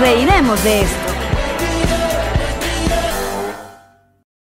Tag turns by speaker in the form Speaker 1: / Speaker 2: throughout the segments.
Speaker 1: reiremos de esto.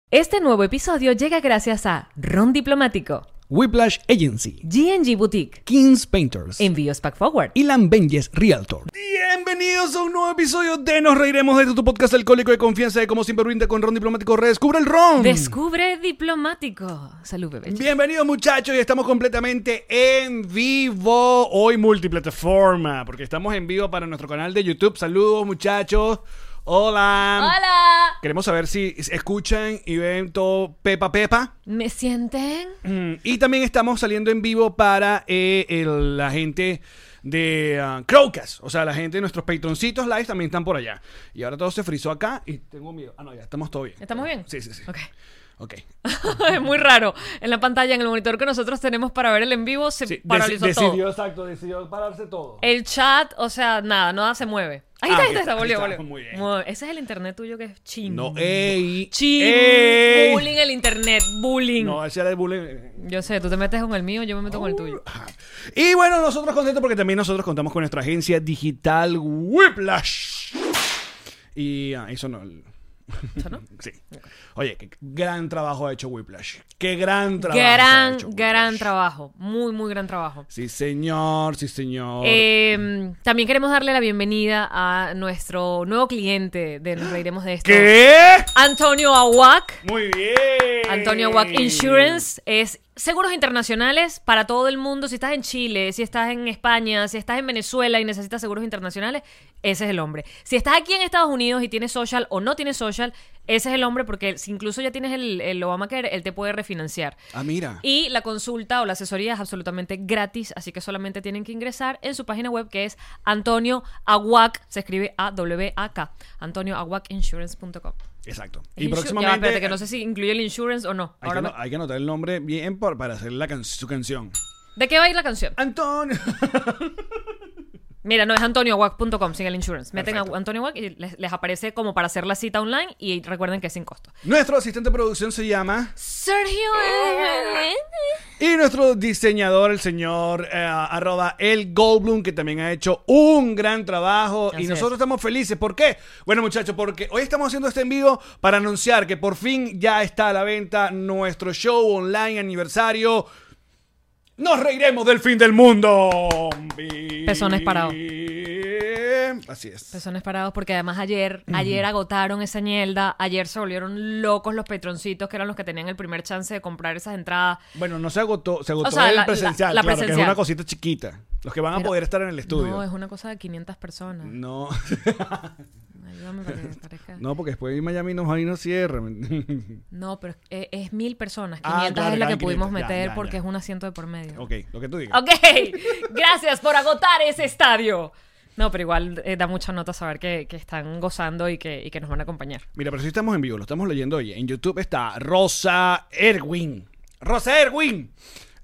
Speaker 2: Este nuevo episodio llega gracias a Ron Diplomático,
Speaker 3: Whiplash Agency,
Speaker 2: GNG Boutique,
Speaker 3: Kings Painters
Speaker 2: Envíos Pack Forward,
Speaker 3: y Lambenges Realtor. Bienvenidos a un nuevo episodio de Nos Reiremos de Esto, tu podcast alcohólico de confianza de como siempre brinde con Ron Diplomático. Redescubre el Ron.
Speaker 2: Descubre Diplomático. Salud, bebé.
Speaker 3: Bienvenidos muchachos y estamos completamente en vivo hoy multiplataforma porque estamos en vivo para nuestro canal de YouTube. Saludos muchachos. Hola.
Speaker 2: Hola.
Speaker 3: Queremos saber si escuchan y ven todo Pepa Pepa.
Speaker 2: ¿Me sienten?
Speaker 3: Mm, Y también estamos saliendo en vivo para eh, el- la gente de ah, Crowcast. O sea, la gente de nuestros patroncitos live también están por allá. Y ahora todo se frizó acá y tengo miedo. Ah, no, ya estamos todo bien.
Speaker 2: ¿Estamos bien?
Speaker 3: Sí, sí, sí.
Speaker 2: Ok.
Speaker 3: Ok.
Speaker 2: es muy raro. En la pantalla, en el monitor que nosotros tenemos para ver el en vivo, se
Speaker 3: Sí, deci-
Speaker 2: paralizó
Speaker 3: decidió,
Speaker 2: todo.
Speaker 3: exacto, decidió pararse todo.
Speaker 2: El chat, o sea, nada, nada se mueve. Ahí
Speaker 3: Ah,
Speaker 2: está, ahí está,
Speaker 3: bien,
Speaker 2: está,
Speaker 3: ahí
Speaker 2: volvió,
Speaker 3: está,
Speaker 2: volvió.
Speaker 3: muy bien.
Speaker 2: Muy- Ese es el internet tuyo que es ching.
Speaker 3: No, ey.
Speaker 2: Ching.
Speaker 3: ey.
Speaker 2: Bullying el internet, bullying.
Speaker 3: No, Oh. ese era el bullying.
Speaker 2: Yo sé, tú te metes con el mío, yo me meto con el tuyo.
Speaker 3: Ajá. Y bueno, nosotros contentos porque también nosotros contamos con nuestra agencia digital Whiplash. Y ah, eso no. el-
Speaker 2: no?
Speaker 3: sí. Oye, qué gran trabajo ha hecho Whiplash. Qué gran trabajo. ha
Speaker 2: Gran,
Speaker 3: hecho
Speaker 2: gran
Speaker 3: Whiplash.
Speaker 2: trabajo. Muy, muy gran trabajo.
Speaker 3: Sí, señor, sí, señor.
Speaker 2: Eh, también queremos darle la bienvenida a nuestro nuevo cliente de Nos Reiremos de Esto.
Speaker 3: ¿Qué?
Speaker 2: Antonio Aguac.
Speaker 3: Muy bien.
Speaker 2: Antonio Aguac Insurance es seguros internacionales para todo el mundo. Si estás en Chile, si estás en España, si estás en Venezuela y necesitas seguros internacionales, ese es el hombre. Si estás aquí en Estados Unidos y tienes social o no tienes social, ese es el hombre porque si incluso ya tienes el, el Obamacare, él te puede refinanciar.
Speaker 3: Ah, mira.
Speaker 2: Y la consulta o la asesoría es absolutamente gratis, así que solamente tienen que ingresar en su página web que es Antonio Aguac, se escribe A-W-A-K, antonioaguacinsurance.com.
Speaker 3: Exacto.
Speaker 2: Insu-
Speaker 3: Y
Speaker 2: ya va,
Speaker 3: próximamente.
Speaker 2: espérate, que no sé si incluye el insurance o no.
Speaker 3: hay,
Speaker 2: Ahora
Speaker 3: que,
Speaker 2: me-
Speaker 3: ano- hay que anotar el nombre bien por- para hacer la can- su canción.
Speaker 2: ¿De qué va a ir la canción?
Speaker 3: Antonio.
Speaker 2: Mira, no, es antonioaguac.com sin el insurance. Meten
Speaker 3: Perfecto.
Speaker 2: a Antonio Aguac y les, les aparece como para hacer la cita online y recuerden que es sin costo. Eh.
Speaker 3: Nuestro asistente de producción se llama.
Speaker 2: Sergio
Speaker 3: Y nuestro diseñador, el señor eh, arroba el Goldblum, que también ha hecho un gran trabajo.
Speaker 2: Así
Speaker 3: y nosotros
Speaker 2: es.
Speaker 3: estamos felices. ¿Por qué? Bueno, muchachos, porque hoy estamos haciendo este en vivo para anunciar que por fin ya está a la venta nuestro show online aniversario. Nos reiremos del fin del mundo.
Speaker 2: Pezones parados.
Speaker 3: Así es.
Speaker 2: Personas parados porque además ayer, ayer agotaron esa ñelda, ayer se volvieron locos los petroncitos que eran los que tenían el primer chance de comprar esas entradas.
Speaker 3: Bueno, no se agotó, se agotó
Speaker 2: sea,
Speaker 3: el
Speaker 2: la- la-
Speaker 3: presencial,
Speaker 2: la
Speaker 3: claro, que es
Speaker 2: presencial.
Speaker 3: una cosita chiquita. Los que van a
Speaker 2: Pero-
Speaker 3: poder estar en el estudio.
Speaker 2: No, es una cosa de 500 personas.
Speaker 3: No,
Speaker 2: Ayúdame para que me parezca. No,
Speaker 3: no, porque después en Miami nos ahí no cierra.
Speaker 2: pero es, es mil personas. 500
Speaker 3: Ah, claro,
Speaker 2: es la que
Speaker 3: eran 500.
Speaker 2: pudimos
Speaker 3: Ya,
Speaker 2: meter
Speaker 3: ya,
Speaker 2: porque
Speaker 3: ya.
Speaker 2: es un asiento de por medio.
Speaker 3: ok, lo que tú digas.
Speaker 2: Ok, gracias por agotar ese estadio. No, pero igual eh, da mucha nota saber que, que están gozando y que, y que nos van a acompañar.
Speaker 3: Mira, pero si estamos en vivo, lo estamos leyendo hoy. En YouTube está Rosa Erwin. Rosa Erwin.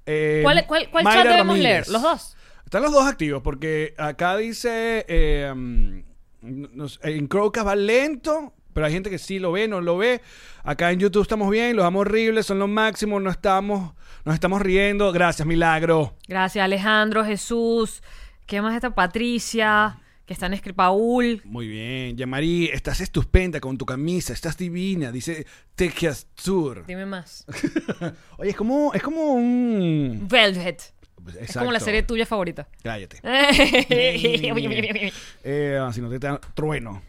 Speaker 3: Eh,
Speaker 2: ¿Cuál, cuál, cuál
Speaker 3: Mayra
Speaker 2: chat debemos
Speaker 3: Ramírez.
Speaker 2: leer? ¿Los dos?
Speaker 3: Están los dos activos porque acá dice eh, mm, no sé, en Crocas va lento, pero hay gente que sí lo ve, no lo ve. Acá en YouTube estamos bien, los amo horribles, son los máximos, no estamos, nos estamos riendo. Gracias, milagro.
Speaker 2: Gracias, Alejandro, Jesús. ¿Qué más está? Patricia, que están en Paul.
Speaker 3: Muy bien, Yamari, estás estupenda con tu camisa, estás divina, dice Tequias Tour.
Speaker 2: Dime más.
Speaker 3: Oye, es como, es como un... pues,
Speaker 2: Velvet. Es
Speaker 3: Exacto.
Speaker 2: como la serie tuya favorita.
Speaker 3: Cállate.
Speaker 2: Oye,
Speaker 3: Eh, si no te da trueno.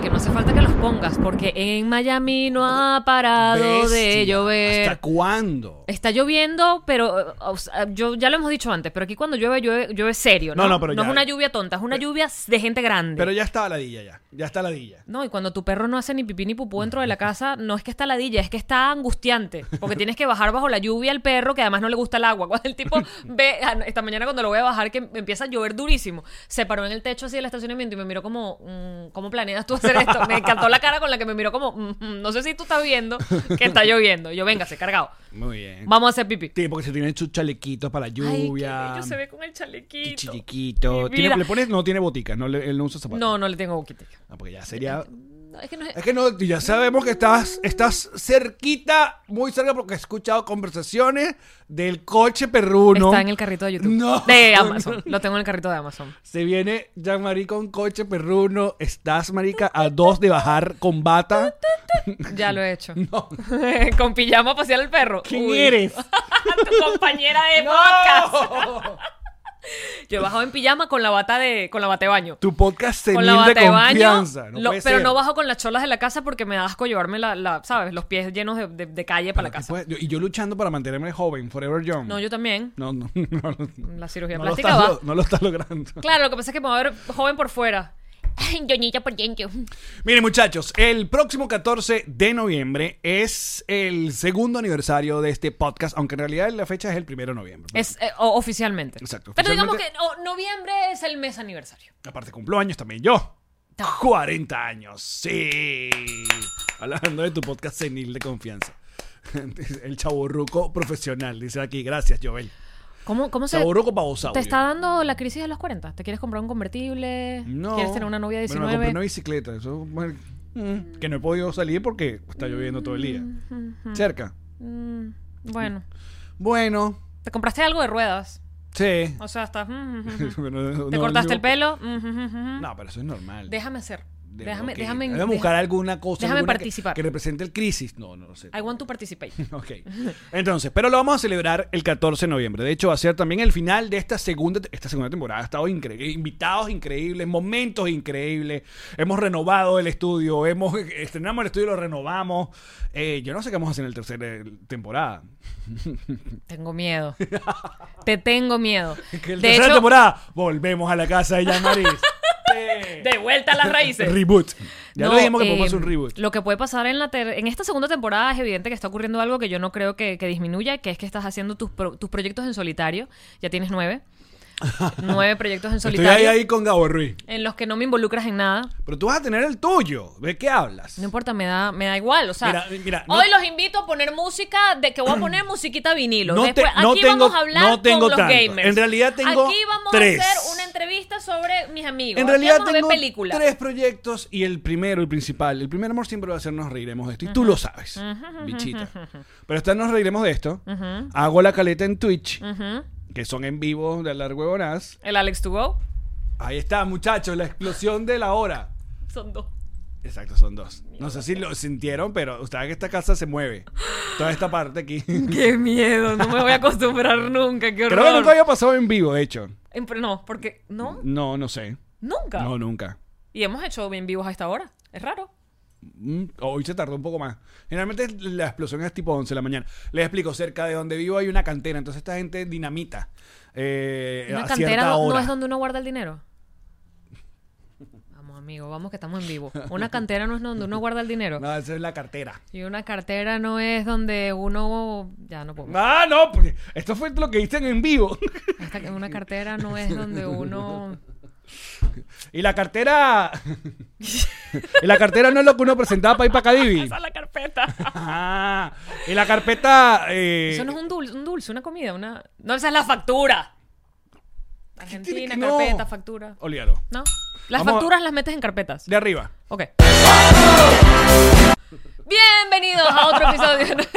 Speaker 2: que no hace falta que los pongas, porque en Miami no ha parado Ah, de
Speaker 3: Bestia,
Speaker 2: llover.
Speaker 3: ¿Hasta cuándo?
Speaker 2: Está lloviendo, pero eh, o sea, yo ya lo hemos dicho antes, pero aquí cuando llueve, llueve, llueve serio, ¿no?
Speaker 3: No, no, pero ya-
Speaker 2: es una lluvia tonta, es una lluvia de gente grande.
Speaker 3: Pero ya está ladilla ya, ya está ladilla.
Speaker 2: No, y cuando tu perro no hace ni pipí ni pupú dentro de la casa, no es que está ladilla, es que está angustiante. Porque tienes que bajar bajo la lluvia al perro, que además no le gusta el agua. Cuando el tipo ve, ah, no, esta mañana cuando lo voy a bajar, que empieza a llover durísimo, se paró en el techo así del estacionamiento y me miró como, mm, ¿cómo planeas tú hacer esto? Me encantó la cara con la que me miró como, mm, mm, no sé si tú estás viendo que está lloviendo. Y yo, véngase, cargado.
Speaker 3: Muy bien.
Speaker 2: Vamos a hacer pipí.
Speaker 3: Sí, porque se tienen sus chalequitos para
Speaker 2: Ay,
Speaker 3: lluvia.
Speaker 2: qué bello se ve con el
Speaker 3: qué
Speaker 2: chalequito.
Speaker 3: chiliquito.
Speaker 2: Mi
Speaker 3: Tiene-
Speaker 2: vida.
Speaker 3: le pones, no tiene botica, no le, él no usa zapatos.
Speaker 2: No, no le tengo boquete.
Speaker 3: Ah, porque ya sería
Speaker 2: No, es que no es-
Speaker 3: Es que no, ya sabemos que estás, estás cerquita, muy cerca, porque he escuchado conversaciones del coche perruno.
Speaker 2: Está en el carrito de YouTube.
Speaker 3: No.
Speaker 2: De Amazon. Lo tengo en el carrito de Amazon.
Speaker 3: Se viene Jean-Marie con coche perruno. Estás, marica, a dos de bajar con bata.
Speaker 2: Ya lo he hecho.
Speaker 3: No.
Speaker 2: Con pijama a pasear el perro.
Speaker 3: ¿Quién
Speaker 2: Uy.
Speaker 3: eres?
Speaker 2: tu compañera de podcast. Yo he bajado en pijama con la bata de con la bata de baño.
Speaker 3: Tu podcast
Speaker 2: con la
Speaker 3: senil
Speaker 2: bata
Speaker 3: de
Speaker 2: de baño,
Speaker 3: confianza. No
Speaker 2: lo-
Speaker 3: puede
Speaker 2: pero
Speaker 3: ser.
Speaker 2: no bajo con las cholas de la casa porque me da asco llevarme la, la- ¿sabes? Los pies llenos de, de- de calle para la
Speaker 3: Pero
Speaker 2: casa.
Speaker 3: tú puedes- yo- Y yo luchando para mantenerme joven, forever young.
Speaker 2: No, yo también.
Speaker 3: No, no, no, no,
Speaker 2: La cirugía
Speaker 3: no lo
Speaker 2: plástica
Speaker 3: estás
Speaker 2: va.
Speaker 3: lo- no lo estás logrando.
Speaker 2: Claro, lo que pasa es que me va a ver joven por fuera. Doñita por dentro.
Speaker 3: Miren muchachos, el próximo 14 de noviembre es el segundo aniversario de este podcast, aunque en realidad la fecha es el primero de noviembre.
Speaker 2: Es eh, o- oficialmente.
Speaker 3: Exacto,
Speaker 2: Pero digamos que
Speaker 3: oficialmente-
Speaker 2: oh, noviembre es el mes aniversario.
Speaker 3: Aparte cumplo años también yo. 40 años, sí. Hablando de tu podcast senil de confianza. El chaburruco profesional, dice aquí. Gracias, Joel.
Speaker 2: ¿Cómo, cómo se
Speaker 3: Chaburruco pausado.
Speaker 2: te está dando la crisis de los 40? ¿Te quieres comprar un convertible?
Speaker 3: No.
Speaker 2: ¿Quieres tener una novia de 19?
Speaker 3: Bueno, me compré una bicicleta. Eso, bueno, mm, que no he podido salir porque está lloviendo todo el día. Cerca.
Speaker 2: Mm, bueno,
Speaker 3: Bueno,
Speaker 2: te compraste algo de ruedas.
Speaker 3: sí.
Speaker 2: O sea, estás. mm, mm, mm, mm.
Speaker 3: Pero
Speaker 2: ¿Te
Speaker 3: no,
Speaker 2: cortaste
Speaker 3: no-
Speaker 2: el pelo? Mm, mm, mm, mm, mm.
Speaker 3: No, pero eso es normal.
Speaker 2: Déjame ser.
Speaker 3: De-
Speaker 2: déjame,
Speaker 3: ok.
Speaker 2: déjame.
Speaker 3: Déjame buscar alguna cosa.
Speaker 2: déjame
Speaker 3: alguna que-
Speaker 2: participar.
Speaker 3: Que, represente el crisis. No, no lo sé.
Speaker 2: I want to participate.
Speaker 3: Ok. Entonces, pero lo vamos a celebrar el 14 de noviembre. De hecho, va a ser también el final de esta segunda, esta segunda temporada. Ha estado increíble. Invitados increíbles, momentos increíbles. Hemos renovado el estudio. Hemos, e-, estrenamos el estudio y lo renovamos. Eh, yo no sé qué vamos a hacer en la tercera temporada.
Speaker 2: Tengo miedo. Te tengo miedo.
Speaker 3: Que en la
Speaker 2: De
Speaker 3: tercera
Speaker 2: hecho,
Speaker 3: temporada volvemos a la casa de Jean-Marie. Eh,
Speaker 2: de vuelta a las raíces.
Speaker 3: Reboot. Ya
Speaker 2: No,
Speaker 3: lo dijimos que podemos
Speaker 2: eh,
Speaker 3: hacer un reboot.
Speaker 2: Lo que puede pasar en la ter- en esta segunda temporada es evidente que está ocurriendo algo que yo no creo que, que disminuya, que es que estás haciendo tus, pro- tus proyectos en solitario. Ya tienes nueve. nueve proyectos en
Speaker 3: Estoy
Speaker 2: solitario.
Speaker 3: ahí, ahí con Gabo Ruiz.
Speaker 2: En los que no me involucras en nada.
Speaker 3: Pero tú vas a tener el tuyo. ¿De qué hablas?
Speaker 2: No importa, me da, me da igual. O sea,
Speaker 3: Mira, mira, no-
Speaker 2: hoy los invito a poner música de que voy a poner musiquita vinilo.
Speaker 3: No te-
Speaker 2: Después,
Speaker 3: no
Speaker 2: aquí
Speaker 3: tengo-
Speaker 2: vamos a hablar
Speaker 3: no tengo
Speaker 2: con los
Speaker 3: tanto.
Speaker 2: gamers.
Speaker 3: En realidad tengo
Speaker 2: Aquí vamos
Speaker 3: tres.
Speaker 2: a hacer una entrevista sobre mis amigos.
Speaker 3: En
Speaker 2: Aquí
Speaker 3: realidad
Speaker 2: vamos a ver
Speaker 3: tengo
Speaker 2: películas.
Speaker 3: tres proyectos y el primero, el principal, el primer amor siempre va a ser nos reiremos de esto. Y tú lo sabes, bichita. Pero esta nos reiremos de esto. Hago la caleta en Twitch,
Speaker 2: Ujú.
Speaker 3: que son en vivo de las huevonas.
Speaker 2: El Alex to go.
Speaker 3: Ahí está, muchachos, la explosión de la hora.
Speaker 2: Son dos.
Speaker 3: Exacto, son dos. No sé si lo sintieron, pero ustedes que esta casa se mueve. Toda esta parte aquí. Creo
Speaker 2: Qué miedo, no me voy a acostumbrar nunca, qué horror.
Speaker 3: que nunca había pasado en vivo, de hecho.
Speaker 2: En- pero no, porque no,
Speaker 3: No, no sé.
Speaker 2: nunca.
Speaker 3: No, nunca.
Speaker 2: Y hemos hecho bien vivos a esta hora. Es raro.
Speaker 3: Mm, Hoy se tardó un poco más. Generalmente la explosión es tipo 11 de la mañana. Les explico, cerca de donde vivo hay una cantera, entonces esta gente dinamita. eh,
Speaker 2: Una
Speaker 3: a
Speaker 2: cantera
Speaker 3: cierta
Speaker 2: no- no
Speaker 3: hora.
Speaker 2: es donde uno guarda el dinero. Vamos, amigo, vamos que estamos en vivo. Una cantera no es donde uno guarda el dinero.
Speaker 3: No, esa es la cartera.
Speaker 2: Y una cartera no es donde uno. Ya no puedo.
Speaker 3: Ah, no, porque esto fue lo que dicen en vivo.
Speaker 2: Esta- una cartera no es donde uno.
Speaker 3: y la cartera. y la cartera no es lo que uno presentaba para ir para Cadivi.
Speaker 2: Esa es la carpeta.
Speaker 3: Ah, y la carpeta. eh,
Speaker 2: Eso no es un dulce, un dulce, una comida, una. No, esa es la factura.
Speaker 3: tiene
Speaker 2: Argentina,
Speaker 3: que- no.
Speaker 2: carpeta, factura.
Speaker 3: Olvídalo.
Speaker 2: ¿No? Las
Speaker 3: Vamos a-
Speaker 2: facturas las metes en carpetas.
Speaker 3: De arriba.
Speaker 2: Ok. Bienvenidos a otro episodio.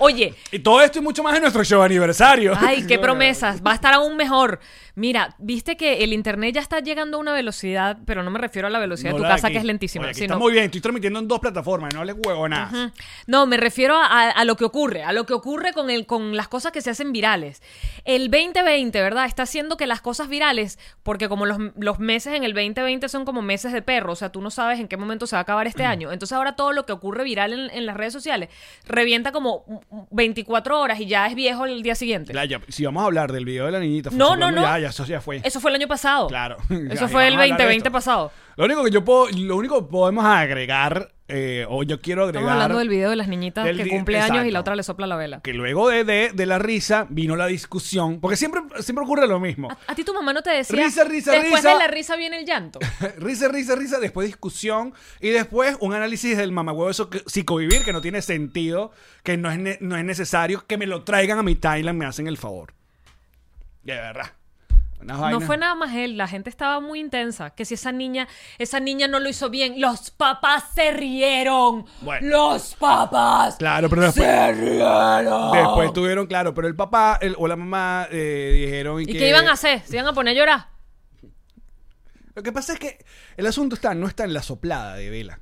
Speaker 2: Oye,
Speaker 3: Y todo esto y mucho más en nuestro show aniversario.
Speaker 2: Ay, qué promesas. Va a estar aún mejor. Mira, viste que el internet ya está llegando a una velocidad, pero no me refiero a la velocidad
Speaker 3: No
Speaker 2: de tu
Speaker 3: la de
Speaker 2: casa,
Speaker 3: aquí.
Speaker 2: que es lentísima.
Speaker 3: Oye, aquí
Speaker 2: sino-
Speaker 3: Está muy bien, estoy transmitiendo en dos plataformas, no les huevo nada.
Speaker 2: Ujú. No, me refiero a, a- a lo que ocurre, a lo que ocurre con, el, con las cosas que se hacen virales. El 2020, ¿verdad? Está haciendo que las cosas virales, porque como los, los meses en el 2020 son como meses de perro, o sea, tú no sabes en qué momento se va a acabar este
Speaker 3: Mm.
Speaker 2: año. Entonces ahora todo lo que ocurre viral en, en las redes sociales revienta como 24 horas y ya es viejo el día siguiente.
Speaker 3: Ya, ya, si vamos a hablar del video de la niñita,
Speaker 2: No, no,
Speaker 3: bueno,
Speaker 2: no.
Speaker 3: Ya, ya, eso ya fue.
Speaker 2: Eso fue el año pasado.
Speaker 3: Claro.
Speaker 2: Eso
Speaker 3: Ya,
Speaker 2: fue
Speaker 3: ya
Speaker 2: el
Speaker 3: vamos a hablar de
Speaker 2: 2020
Speaker 3: esto.
Speaker 2: pasado.
Speaker 3: Lo único que yo puedo, lo único que podemos agregar, eh, o yo quiero agregar.
Speaker 2: Estamos hablando del video de las niñitas
Speaker 3: Del
Speaker 2: que
Speaker 3: di-
Speaker 2: cumple años y
Speaker 3: exacto.
Speaker 2: la otra le sopla la vela.
Speaker 3: Que luego de, de, de la risa vino la discusión. Porque siempre, siempre ocurre lo mismo.
Speaker 2: A, a ti tu mamá no te decía.
Speaker 3: Risa, risa,
Speaker 2: Después
Speaker 3: risa.
Speaker 2: de la risa viene el llanto.
Speaker 3: risa, risa, risa, después discusión y después un análisis del mamahuevo eso que- psicovivir que no tiene sentido, que no es, ne- no es necesario, que me lo traigan a mi Thailand, me hacen el favor. De verdad. Unas
Speaker 2: No
Speaker 3: vainas.
Speaker 2: fue nada más él, la gente estaba muy intensa. Que si esa niña, esa niña no lo hizo bien, los papás se rieron.
Speaker 3: Bueno.
Speaker 2: Los papás
Speaker 3: Claro, pero después,
Speaker 2: se rieron.
Speaker 3: después tuvieron, claro, pero el papá el- o la mamá eh, dijeron... Y,
Speaker 2: ¿Y
Speaker 3: que,
Speaker 2: qué iban a hacer? ¿Se iban a poner a llorar?
Speaker 3: Lo que pasa es que el asunto está, no está en la soplada de vela,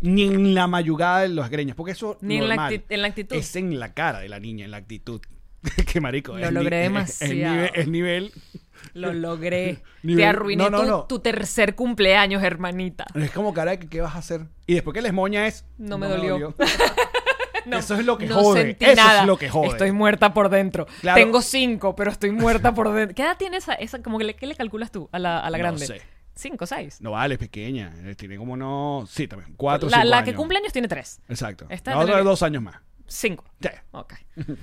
Speaker 3: ni en la mayugada de los greñas, porque eso
Speaker 2: Ni en la
Speaker 3: normal,
Speaker 2: acti- en la actitud.
Speaker 3: Es en la cara de la niña, en la actitud. Qué
Speaker 2: Lo
Speaker 3: marico. es ni-
Speaker 2: logré
Speaker 3: es- Es,
Speaker 2: demasiado.
Speaker 3: nivel, es nivel-
Speaker 2: Lo logré.
Speaker 3: Nivel-
Speaker 2: Te arruiné
Speaker 3: No, no,
Speaker 2: tu,
Speaker 3: no.
Speaker 2: tu tercer cumpleaños, hermanita.
Speaker 3: Es como cara de que qué vas a hacer. Y después que les moña es...
Speaker 2: No me dolió. No,
Speaker 3: Eso es lo que
Speaker 2: no
Speaker 3: jode,
Speaker 2: sentí
Speaker 3: eso es
Speaker 2: nada.
Speaker 3: lo que jode.
Speaker 2: Estoy muerta por dentro.
Speaker 3: Claro.
Speaker 2: Tengo cinco, pero estoy muerta por dentro. ¿Qué edad tiene esa? esa como que le- ¿Qué le calculas tú a la, a la
Speaker 3: No
Speaker 2: grande?
Speaker 3: sé.
Speaker 2: Cinco, seis.
Speaker 3: No vale, es pequeña. eh, Tiene como no... Sí, también. Cuatro,
Speaker 2: la
Speaker 3: cinco
Speaker 2: la
Speaker 3: años.
Speaker 2: que cumple años tiene tres.
Speaker 3: Exacto.
Speaker 2: Esta
Speaker 3: la otra
Speaker 2: tiene-
Speaker 3: dos años más.
Speaker 2: Cinco.
Speaker 3: Sí.
Speaker 2: Ok.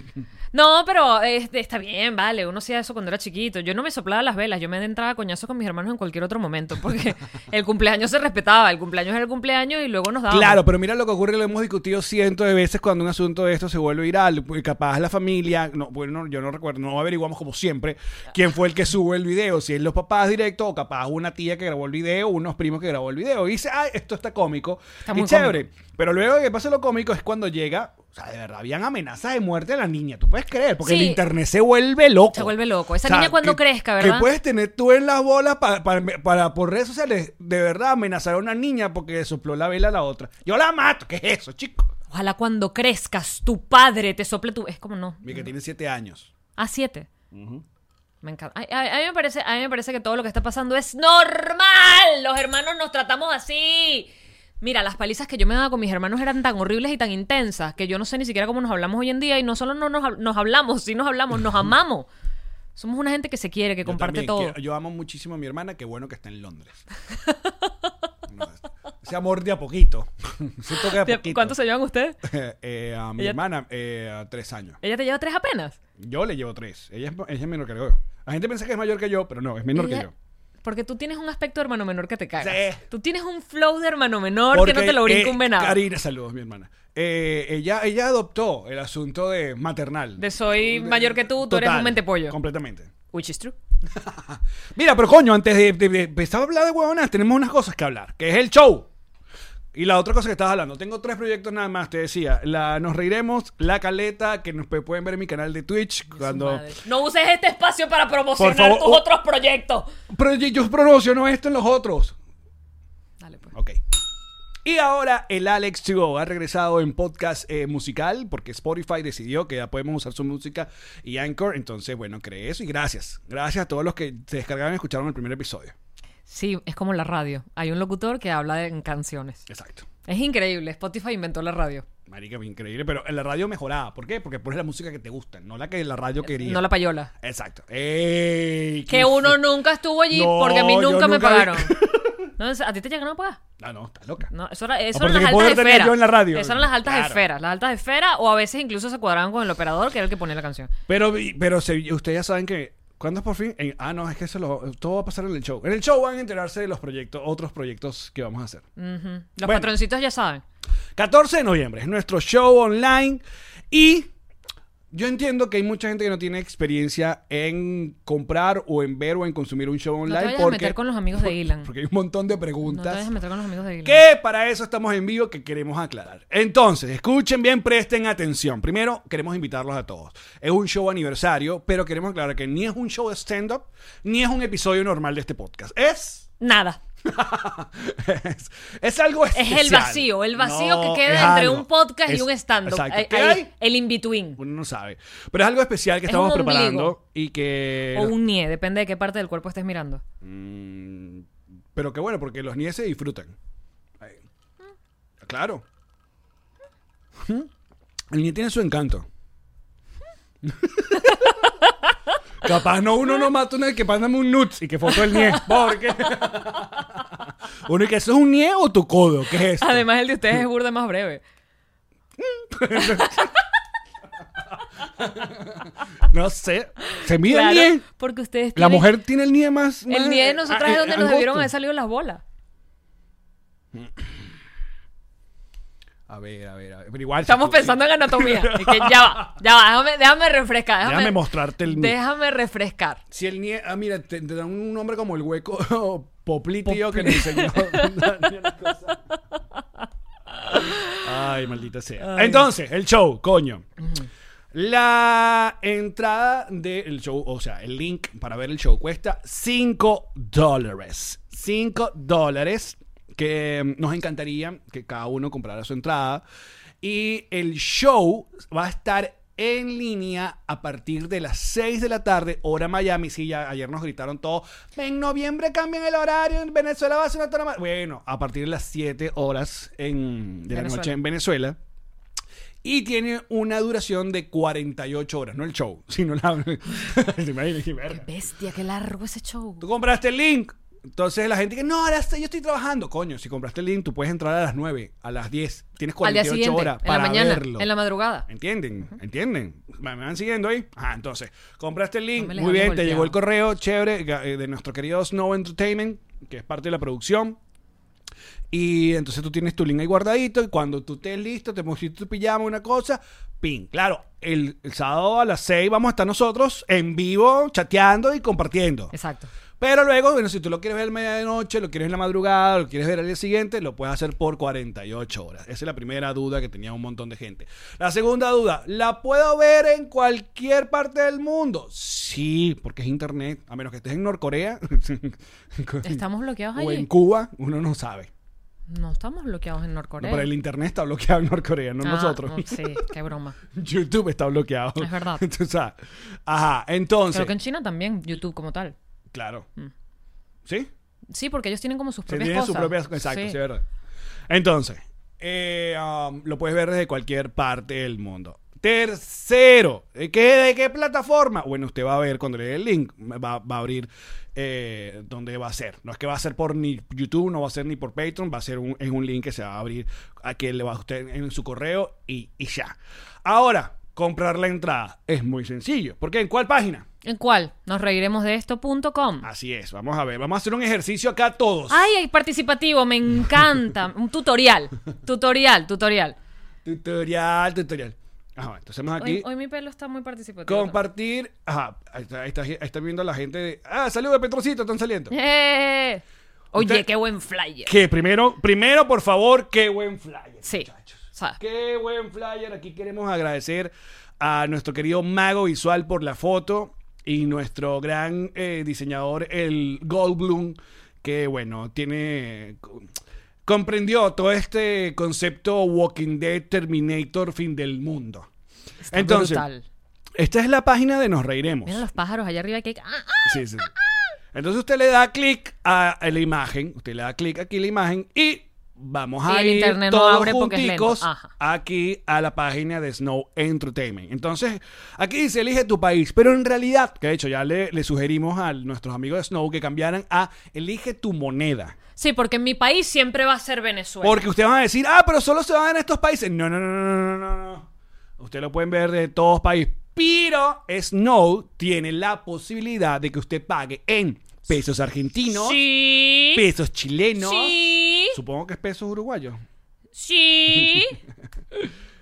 Speaker 2: No, pero este, está bien, vale. Uno hacía eso cuando era chiquito. Yo no me soplaba las velas. Yo me entraba a coñazos con mis hermanos en cualquier otro momento. Porque el cumpleaños se respetaba. El cumpleaños era el cumpleaños y luego nos dábamos.
Speaker 3: Claro, pero mira lo que ocurre, lo hemos discutido cientos de veces cuando un asunto de esto se vuelve viral. pues, Capaz la familia, no, bueno, yo no recuerdo, no averiguamos como siempre quién fue el que sube el video, si es los papás directo o capaz una tía que grabó el video, unos primos que grabó el video. Y dice, ay, esto está cómico
Speaker 2: Está
Speaker 3: y
Speaker 2: muy
Speaker 3: chévere. Pero luego que pasa lo cómico es cuando llega, o sea, de verdad, habían amenazas de muerte a la niña, tú puedes creer, porque
Speaker 2: Sí.
Speaker 3: el internet se vuelve loco.
Speaker 2: Se vuelve loco. Esa niña cuando
Speaker 3: Oh. que-
Speaker 2: crezca, ¿verdad?
Speaker 3: Que puedes tener tú en las bolas pa- pa- para por redes sociales de verdad amenazar a una niña porque le sopló la vela a la otra. Yo la mato, ¿qué es eso, chico?
Speaker 2: Ojalá cuando crezcas, tu padre te sople tu. Es como no.
Speaker 3: Mi que tiene siete años.
Speaker 2: A siete. Me encanta. Ay, ay, A, mí me parece, a mí me parece que todo lo que está pasando es normal. Los hermanos nos tratamos así. Mira, las palizas que yo me daba con mis hermanos eran tan horribles y tan intensas que yo no sé ni siquiera cómo nos hablamos hoy en día. Y no solo no nos, hab- nos hablamos, sí nos hablamos, nos amamos. Somos una gente que se quiere, que
Speaker 3: Yo
Speaker 2: comparte
Speaker 3: también
Speaker 2: todo.
Speaker 3: quiero- yo amo muchísimo a mi hermana, qué bueno que está en Londres. No, ese amor de a poquito. Ese toque de a
Speaker 2: ¿De-
Speaker 3: poquito.
Speaker 2: ¿Cuántos se llevan ustedes?
Speaker 3: Eh, a mi
Speaker 2: Ella-
Speaker 3: hermana, eh, a tres años.
Speaker 2: Ella te lleva tres apenas.
Speaker 3: Yo le llevo tres. Ella es, ella es menor que yo. La gente piensa que es mayor que yo, pero no, es menor
Speaker 2: Ella-
Speaker 3: que yo.
Speaker 2: Porque tú tienes un aspecto de hermano menor que te cagas.
Speaker 3: Sí.
Speaker 2: Tú tienes un flow de hermano menor que no te lo
Speaker 3: Porque,
Speaker 2: brinca
Speaker 3: eh,
Speaker 2: un venado.
Speaker 3: Karina, saludos, mi hermana. Eh, ella, ella adoptó el asunto de maternal.
Speaker 2: De soy
Speaker 3: De-
Speaker 2: mayor que tú, tú eres
Speaker 3: total,
Speaker 2: un mentepollo.
Speaker 3: Completamente.
Speaker 2: Which is true.
Speaker 3: Mira, pero coño, antes de, de- de empezar a hablar de huevonas, tenemos unas cosas que hablar, que es el show. Y la otra cosa que estabas hablando, tengo tres proyectos nada más, te decía, la Nos Reiremos, La Caleta, que nos pueden ver en mi canal de Twitch, cuando...
Speaker 2: Madre. No uses este espacio para promocionar
Speaker 3: Por favor,
Speaker 2: tus
Speaker 3: u-
Speaker 2: otros proyectos.
Speaker 3: Pero yo, yo promociono esto en los otros.
Speaker 2: Dale, pues.
Speaker 3: Ok. Y ahora el Alex to Go ha regresado en podcast eh, musical porque Spotify decidió que ya podemos usar su música y Anchor. Entonces, bueno, creé eso y gracias. Gracias a todos los que se descargaron y escucharon el primer episodio.
Speaker 2: Sí, es como la radio. Hay un locutor que habla de- en canciones.
Speaker 3: Exacto.
Speaker 2: Es increíble. Spotify inventó la radio.
Speaker 3: Marica, increíble. Pero en la radio mejorada. ¿Por qué? Porque pones la música que te gusta, no la que la radio quería.
Speaker 2: No la payola.
Speaker 3: Exacto. ¡Ey!
Speaker 2: Que uno nunca estuvo allí
Speaker 3: No,
Speaker 2: porque a mí
Speaker 3: yo
Speaker 2: nunca me
Speaker 3: nunca vi-
Speaker 2: pagaron. No, ¿A ti te llegaron a pagar?
Speaker 3: Ah, no, estás loca.
Speaker 2: No, eso era, eso
Speaker 3: Aparte,
Speaker 2: eran las
Speaker 3: ¿qué poder
Speaker 2: altas
Speaker 3: tenía
Speaker 2: esferas.
Speaker 3: yo en la radio?
Speaker 2: Eso eran las altas
Speaker 3: Claro.
Speaker 2: esferas. Las altas esferas o a veces incluso se cuadraban con el operador que era el que ponía la canción.
Speaker 3: Pero, pero se- ustedes ya saben que. ¿Cuándo es por fin? En- ah, no, es que eso lo- todo va a pasar en el show. En el show van a enterarse de los proyectos, otros proyectos que vamos a hacer.
Speaker 2: Ujú. Los
Speaker 3: Bueno.
Speaker 2: patroncitos ya saben.
Speaker 3: 14 de noviembre es nuestro show online y yo entiendo que hay mucha gente que no tiene experiencia en comprar o en ver o en consumir un show online
Speaker 2: no te vayas
Speaker 3: porque
Speaker 2: a meter con los amigos de Ilan.
Speaker 3: porque hay un montón de
Speaker 2: No te
Speaker 3: preguntas
Speaker 2: vayas a meter con los amigos de Ilan.
Speaker 3: que para eso estamos en vivo que queremos aclarar. Entonces, escuchen bien, presten atención. Primero, queremos invitarlos a todos. Es un show aniversario, pero queremos aclarar que ni es un show de stand up ni es un episodio normal de este podcast. Es
Speaker 2: Nada.
Speaker 3: es, es algo
Speaker 2: Es
Speaker 3: especial.
Speaker 2: el vacío, el vacío
Speaker 3: No,
Speaker 2: que queda
Speaker 3: es
Speaker 2: entre
Speaker 3: algo.
Speaker 2: un podcast
Speaker 3: Es-
Speaker 2: y un stand-up.
Speaker 3: exacto.
Speaker 2: Hay-
Speaker 3: ¿Qué
Speaker 2: hay
Speaker 3: hay?
Speaker 2: El in-between.
Speaker 3: Uno no sabe. Pero es algo especial que
Speaker 2: Es
Speaker 3: estamos
Speaker 2: un ombligo.
Speaker 3: preparando y que...
Speaker 2: O un nie, depende de qué parte del cuerpo estés mirando.
Speaker 3: Mm, pero que bueno, porque los niños se disfrutan. Ay, Claro. El niño tiene su encanto. Capaz no uno no mata una que pándame un nuts y que foto el nie. Porque. uno y que eso es un nie o tu codo. ¿Qué es esto?
Speaker 2: Además, el de ustedes es burda más breve.
Speaker 3: No sé. Se mide
Speaker 2: Claro,
Speaker 3: el nie.
Speaker 2: porque ustedes
Speaker 3: La
Speaker 2: tienen-
Speaker 3: mujer tiene el nie más. más- Ah, eh,
Speaker 2: El nie de nosotras
Speaker 3: a-
Speaker 2: es donde nos
Speaker 3: angosto.
Speaker 2: debieron haber salido las bolas.
Speaker 3: A ver, a ver, a ver. Pero igual. si
Speaker 2: Estamos
Speaker 3: tú-
Speaker 2: pensando en anatomía. Es que ya va, ya va, déjame, déjame refrescar. Déjame,
Speaker 3: Déjame mostrarte el-
Speaker 2: Déjame refrescar.
Speaker 3: Si el nie Ah, mira, te, te dan un nombre como el hueco poplitio que nos enseñó. Daniela Cosa. Ay, maldita sea. Entonces, el show, coño. La entrada del show, o sea, el link para ver el show cuesta 5 dólares. 5 dólares que mm, nos encantaría que cada uno comprara su entrada. Y el show va a estar en línea a partir de las 6 de la tarde, hora Miami. Sí, ya ayer nos gritaron todos, en noviembre cambian el horario, en Venezuela va a ser una toma. Bueno, a partir de las 7 horas en- de la
Speaker 2: Venezuela.
Speaker 3: noche en Venezuela. Y tiene una duración de 48 horas, no el show, sino la... ¿Te imaginas? Qué verga.
Speaker 2: Bestia, qué largo ese show.
Speaker 3: Tú compraste el link. Entonces la gente que no, ahora sí, yo estoy trabajando. Coño, si compraste el link, tú puedes entrar a las 9, a las 10. Tienes
Speaker 2: Al día
Speaker 3: 48
Speaker 2: siguiente,
Speaker 3: horas
Speaker 2: en
Speaker 3: para
Speaker 2: la mañana,
Speaker 3: verlo.
Speaker 2: en la madrugada.
Speaker 3: ¿Entienden? ¿Entienden? ¿Me me van siguiendo ahí? Ah, entonces, compraste el link.
Speaker 2: No me les
Speaker 3: Muy bien,
Speaker 2: ando
Speaker 3: te llegó el
Speaker 2: golpeado.
Speaker 3: correo, chévere, ga- eh, de nuestro querido Snow Entertainment, que es parte de la producción. Y entonces tú tienes tu link ahí guardadito y cuando tú estés listo, te pusiste tu pijama, una cosa, pin. Claro, el, el sábado a las 6 vamos a estar nosotros en vivo, chateando y compartiendo.
Speaker 2: Exacto.
Speaker 3: Pero luego, bueno, si tú lo quieres ver a medianoche, lo quieres en la madrugada, lo quieres ver al día siguiente, lo puedes hacer por 48 horas. Esa es la primera duda que tenía un montón de gente. La segunda duda, ¿la puedo ver en cualquier parte del mundo? Sí, porque es internet, a menos que estés en Norcorea
Speaker 2: ¿Estamos bloqueados
Speaker 3: o en
Speaker 2: allí?
Speaker 3: Cuba, uno no sabe.
Speaker 2: No estamos bloqueados en
Speaker 3: No,
Speaker 2: Norcorea.
Speaker 3: pero el internet está bloqueado en Norcorea, no
Speaker 2: Ah,
Speaker 3: nosotros.
Speaker 2: no, sí, qué broma.
Speaker 3: YouTube está bloqueado.
Speaker 2: Es verdad.
Speaker 3: Tú sabes. ajá, entonces.
Speaker 2: Creo que en Mm. China también, YouTube como tal.
Speaker 3: Claro. ¿Sí?
Speaker 2: Sí, porque ellos tienen como sus
Speaker 3: Se
Speaker 2: propias
Speaker 3: tiene
Speaker 2: cosas.
Speaker 3: su propia. Exacto,
Speaker 2: Sí.
Speaker 3: sí, es verdad. Entonces, eh, um, lo puedes ver desde cualquier parte del mundo. Tercero, ¿de qué, de qué plataforma? Bueno, usted va a ver cuando le dé el link, va, va a abrir eh, donde va a ser. No es que va a ser por ni YouTube, no va a ser ni por Patreon, va a ser un, es un link que se va a abrir a que le va a usted en su correo y, y ya. Ahora, comprar la entrada es muy sencillo. ¿Por qué? ¿En cuál página?
Speaker 2: ¿En cuál? Nos reiremos de esto.com.
Speaker 3: Así es, vamos a ver, vamos a hacer un ejercicio acá todos.
Speaker 2: Ay, ay, participativo, me encanta. Un tutorial, tutorial, tutorial.
Speaker 3: Tutorial, tutorial. Ajá, entonces vamos aquí.
Speaker 2: Hoy, hoy mi pelo está muy participativo.
Speaker 3: compartir. Ajá, ahí está, ahí está- ahí está viendo la gente. de- ah, saludos, Petrocito, están saliendo.
Speaker 2: ¡Eh! Oye,
Speaker 3: Usted-
Speaker 2: qué buen flyer.
Speaker 3: Que primero, primero, por favor, qué buen flyer.
Speaker 2: Sí.
Speaker 3: muchachos.
Speaker 2: O sea,
Speaker 3: Qué buen flyer. Aquí queremos agradecer a nuestro querido mago visual por la foto y nuestro gran eh, diseñador, el Goldblum, que bueno, tiene... Comprendió todo este concepto Walking Dead Terminator fin del mundo.
Speaker 2: está
Speaker 3: Entonces,
Speaker 2: brutal.
Speaker 3: Esta es la página de Nos Reiremos.
Speaker 2: Mira los pájaros allá arriba que hay- ¡Ah, ah!
Speaker 3: Sí, sí. Entonces usted le da clic a a la imagen, usted le da clic aquí a la imagen y vamos
Speaker 2: Sí,
Speaker 3: a
Speaker 2: el
Speaker 3: ir
Speaker 2: internet no
Speaker 3: todos
Speaker 2: abre porque es lento.
Speaker 3: junticos
Speaker 2: Ajá.
Speaker 3: aquí a la página de Snow Entertainment. Entonces, aquí dice elige tu país, pero en realidad, que de hecho ya le, le sugerimos a nuestros amigos de Snow que cambiaran a elige tu moneda.
Speaker 2: Sí, porque en mi país siempre va a ser Venezuela.
Speaker 3: Porque ustedes van a decir, ah, pero solo se van a estos países. No, no, no, no, no, no, no. Ustedes lo pueden ver de todos países. Pero Snow tiene la posibilidad de que usted pague en pesos argentinos,
Speaker 2: Sí.
Speaker 3: pesos chilenos,
Speaker 2: Sí.
Speaker 3: supongo que es pesos uruguayos.
Speaker 2: Sí.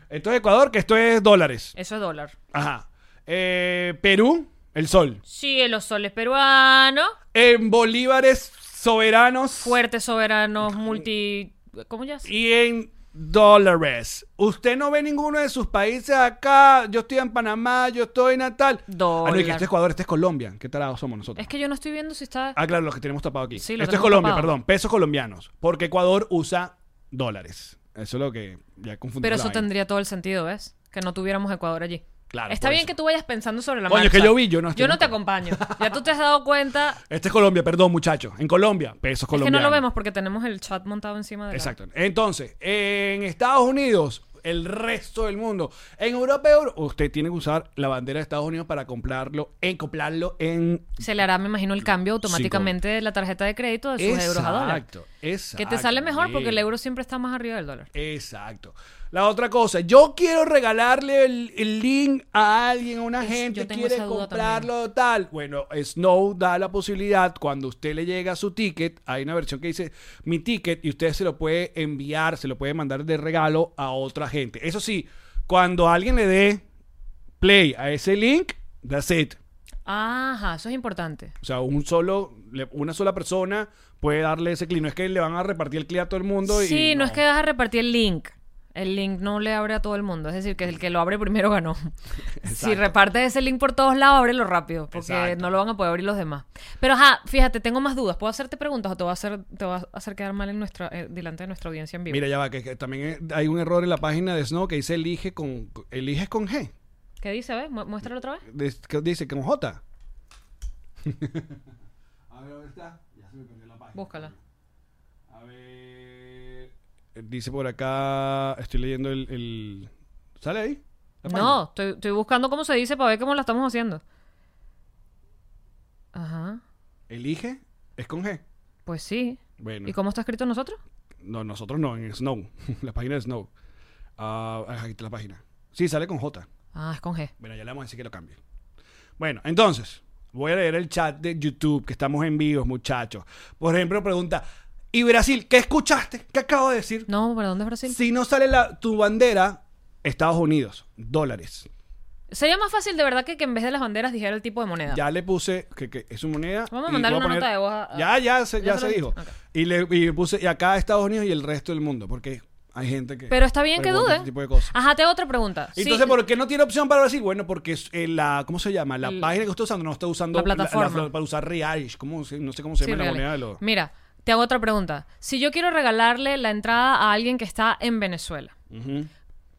Speaker 3: Esto es Ecuador, que esto es dólares.
Speaker 2: Eso es dólar.
Speaker 3: Ajá. Eh, Perú, el sol.
Speaker 2: Sí, los soles peruanos.
Speaker 3: En bolívares soberanos.
Speaker 2: Fuertes soberanos multi. ¿Cómo ya?
Speaker 3: y en dólares. Usted no ve ninguno de sus países acá. Yo estoy en Panamá, yo estoy en Natal.
Speaker 2: Dólar.
Speaker 3: Ah, no, y que este es Ecuador, este es Colombia. ¿Qué tarados somos nosotros?
Speaker 2: Es que yo no estoy viendo si está.
Speaker 3: Ah, claro, los que tenemos tapado aquí.
Speaker 2: Sí, lo
Speaker 3: Esto es
Speaker 2: tenemos
Speaker 3: Colombia,
Speaker 2: tapado.
Speaker 3: perdón. Pesos colombianos. Porque Ecuador usa dólares. Eso es lo que ya confundí.
Speaker 2: Pero
Speaker 3: la
Speaker 2: eso
Speaker 3: vaina.
Speaker 2: tendría todo el sentido, ¿ves? Que no tuviéramos Ecuador allí.
Speaker 3: Claro,
Speaker 2: Está
Speaker 3: por
Speaker 2: bien
Speaker 3: eso.
Speaker 2: que tú vayas pensando sobre la
Speaker 3: Coño,
Speaker 2: marcha.
Speaker 3: que yo vi, yo no estoy
Speaker 2: Yo no
Speaker 3: en
Speaker 2: te
Speaker 3: Ecuador.
Speaker 2: acompaño. Ya tú te has dado cuenta.
Speaker 3: Este es Colombia, perdón, muchachos. En Colombia, pesos
Speaker 2: Es que
Speaker 3: colombianos.
Speaker 2: no lo vemos porque tenemos el chat montado encima de la-
Speaker 3: Exacto. Entonces, en Estados Unidos, el resto del mundo, en Europa, Euro- usted tiene que usar la bandera de Estados Unidos para comprarlo, acoplarlo en
Speaker 2: Se le hará, me imagino, el cambio automáticamente de la tarjeta de crédito de sus euros a dólar.
Speaker 3: Exacto, exacto.
Speaker 2: Que te sale mejor porque el
Speaker 3: sí.
Speaker 2: euro siempre está más arriba del dólar.
Speaker 3: Exacto. La otra cosa, yo quiero regalarle el, el link a alguien, a una
Speaker 2: Es-
Speaker 3: gente
Speaker 2: yo tengo
Speaker 3: quiere
Speaker 2: esa duda
Speaker 3: comprarlo tal. Bueno, Snow da la posibilidad cuando usted le llega su ticket, hay una versión que dice mi ticket y usted se lo puede enviar, se lo puede mandar de regalo a otra gente. Eso sí, cuando alguien le dé play a ese link, that's it.
Speaker 2: Ajá, eso es importante.
Speaker 3: O sea, un solo, le- una sola persona puede darle ese clic. No es que le van a repartir el clic a todo el mundo. y
Speaker 2: Sí, no. es que vas a repartir el link. El link no le abre a todo el mundo. Es decir, que el que lo abre primero ganó. Si
Speaker 3: Exacto.
Speaker 2: repartes ese link por todos lados, ábrelo rápido. Porque
Speaker 3: Exacto.
Speaker 2: no lo van a poder abrir los demás. Pero ajá, fíjate, tengo más dudas. ¿Puedo hacerte preguntas o te va a hacer, te va a hacer quedar mal en nuestra, eh, delante de nuestra audiencia en vivo?
Speaker 3: Mira, ya va, que, que también hay un error en la página de Snow que dice elige con, eliges con G.
Speaker 2: ¿Qué dice? ¿Ves? Muéstralo otra vez.
Speaker 3: Des- que dice con J. a ver, ¿dónde está? Ya se me perdió la página.
Speaker 2: Búscala.
Speaker 3: A ver. Dice por acá, estoy leyendo el. el- ¿Sale ahí? La
Speaker 2: No, estoy, estoy buscando cómo se dice para ver cómo la estamos haciendo. Ajá.
Speaker 3: página. Elige, es con G.
Speaker 2: Pues sí.
Speaker 3: Bueno.
Speaker 2: ¿Y cómo está escrito en nosotros?
Speaker 3: No, nosotros no, en Snow. la página de Snow. Ah, aquí está la página. Sí, sale con J.
Speaker 2: Ah, es con G.
Speaker 3: Bueno, ya le vamos a decir que lo cambie. Bueno, entonces, voy a leer el chat de YouTube, que estamos en vivo, muchachos. Por ejemplo, pregunta, ¿y Brasil? ¿Qué escuchaste? ¿Qué acabo de decir?
Speaker 2: No, ¿para dónde es Brasil?
Speaker 3: Si no sale la, tu bandera, Estados Unidos, dólares.
Speaker 2: Sería más fácil de verdad que, que en vez de las banderas dijera el tipo de moneda.
Speaker 3: Ya le puse que, que es su moneda.
Speaker 2: Vamos a
Speaker 3: y
Speaker 2: mandarle
Speaker 3: voy
Speaker 2: una nota de voz a- a-
Speaker 3: Ya, ya se,
Speaker 2: ¿Ya
Speaker 3: ya
Speaker 2: se
Speaker 3: se
Speaker 2: lo
Speaker 3: dijo.
Speaker 2: dijiste? Ok.
Speaker 3: Y le y puse y acá Estados Unidos y el resto del mundo, porque hay gente que.
Speaker 2: Pero está bien que
Speaker 3: pregunta
Speaker 2: dude.
Speaker 3: este tipo de cosas.
Speaker 2: Ajá, te hago otra pregunta. Sí, eh,
Speaker 3: Entonces, ¿por qué no tiene opción para Brasil? Bueno, porque es, eh, la, ¿cómo se llama? La
Speaker 2: El-
Speaker 3: página que está usando no está usando
Speaker 2: La plataforma.
Speaker 3: para usar reais. ¿Cómo se- no sé cómo se
Speaker 2: sí,
Speaker 3: llama la
Speaker 2: regale.
Speaker 3: moneda de los.
Speaker 2: Mira, te hago otra pregunta. Si yo quiero regalarle la entrada a alguien que está en Venezuela,
Speaker 3: Ujú.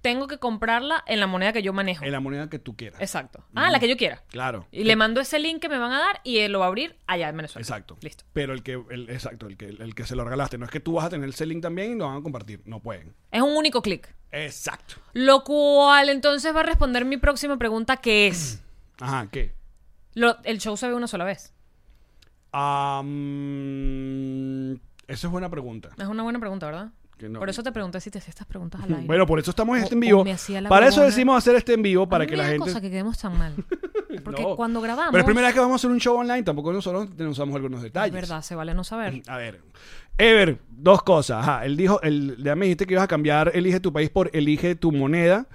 Speaker 2: tengo que comprarla en la moneda que yo manejo.
Speaker 3: En la moneda que tú quieras.
Speaker 2: Exacto. Ah, la que yo quiera.
Speaker 3: Claro.
Speaker 2: Y le mando ese link que me van a dar y él lo va a abrir allá en Venezuela.
Speaker 3: Exacto.
Speaker 2: Listo.
Speaker 3: Pero el que, el, exacto, el que, el que se lo regalaste. No es que tú vas a tener ese link también y lo van a compartir. No pueden.
Speaker 2: Es un único clic.
Speaker 3: Exacto.
Speaker 2: Lo cual entonces va a responder mi próxima pregunta, que es...
Speaker 3: Ajá, ¿qué?
Speaker 2: lo- el show se ve una sola vez.
Speaker 3: Am, esa es buena pregunta.
Speaker 2: Es una buena pregunta, ¿verdad?
Speaker 3: Que no-
Speaker 2: Por eso te pregunté si te hacía estas preguntas al aire.
Speaker 3: Bueno, por eso estamos en
Speaker 2: O-
Speaker 3: este en vivo.
Speaker 2: o me hacía la
Speaker 3: Para eso
Speaker 2: huevona.
Speaker 3: decimos hacer este en vivo,
Speaker 2: A
Speaker 3: para
Speaker 2: mí
Speaker 3: que
Speaker 2: me
Speaker 3: la
Speaker 2: da
Speaker 3: gente.
Speaker 2: cosa que quedemos tan mal. Porque
Speaker 3: No.
Speaker 2: cuando grabamos...
Speaker 3: Pero es primera vez que vamos a hacer un show online, tampoco nosotros tenemos algunos
Speaker 2: Es
Speaker 3: detalles. Mm.
Speaker 2: verdad, se vale no saber.
Speaker 3: A ver. Ever, dos cosas. Ajá, él dijo, él, ya me dijiste que ibas a cambiar elige tu país por elige tu moneda.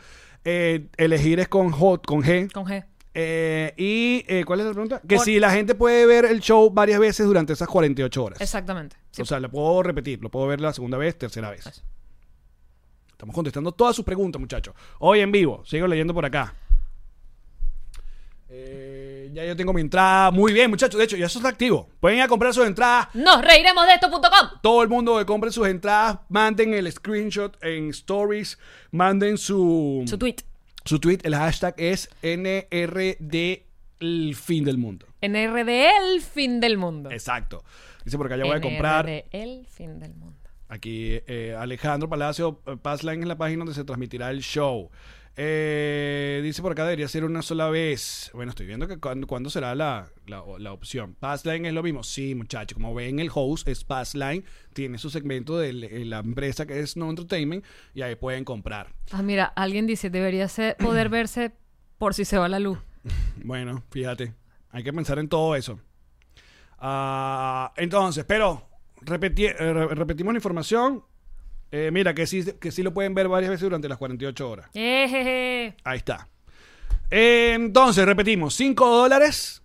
Speaker 3: Eh, elegir es con J, con G.
Speaker 2: Con G.
Speaker 3: Eh, y eh, ¿cuál es la pregunta? Que
Speaker 2: Por-
Speaker 3: si la gente puede ver el show varias veces durante esas 48 horas.
Speaker 2: Exactamente. Sí. pues.
Speaker 3: O sea, lo puedo repetir, lo puedo ver la segunda vez, tercera vez.
Speaker 2: Eso.
Speaker 3: Estamos contestando todas sus preguntas, muchachos. Hoy en vivo, sigo leyendo por acá. Eh, ya yo tengo mi entrada. Muy bien, muchachos. De hecho, ya eso está activo. Pueden ir a comprar sus entradas.
Speaker 2: Nos reiremos de esto.com.
Speaker 3: Todo el mundo que compre sus entradas, manden el screenshot en stories, manden su,
Speaker 2: Su tweet.
Speaker 3: su tweet. El hashtag es NRD el fin del mundo.
Speaker 2: NRD E, el fin del mundo.
Speaker 3: Exacto. Dice por acá, ya voy a comprar.
Speaker 2: NRD E, el fin del mundo.
Speaker 3: Aquí eh, Alejandro Palacio, eh, Passline es la página donde se transmitirá el show. Eh, dice por acá, debería ser una sola vez. Bueno, estoy viendo que cuándo, cuándo será la, la, la opción. Passline es lo mismo. Sí, muchachos. Como ven, el host es Passline. Tiene su segmento de le- eh, la empresa que es No Entertainment y ahí pueden comprar.
Speaker 2: Ah, mira, alguien dice, debería ser, poder verse por si se va la luz.
Speaker 3: Bueno, fíjate. Hay que pensar en todo eso. Ah, entonces, pero repeti- eh, re- repetimos la información. Eh, mira, que sí, que sí lo pueden ver varias veces durante las 48 horas.
Speaker 2: Ejeje.
Speaker 3: Ahí está. Eh, entonces, repetimos, 5 dólares.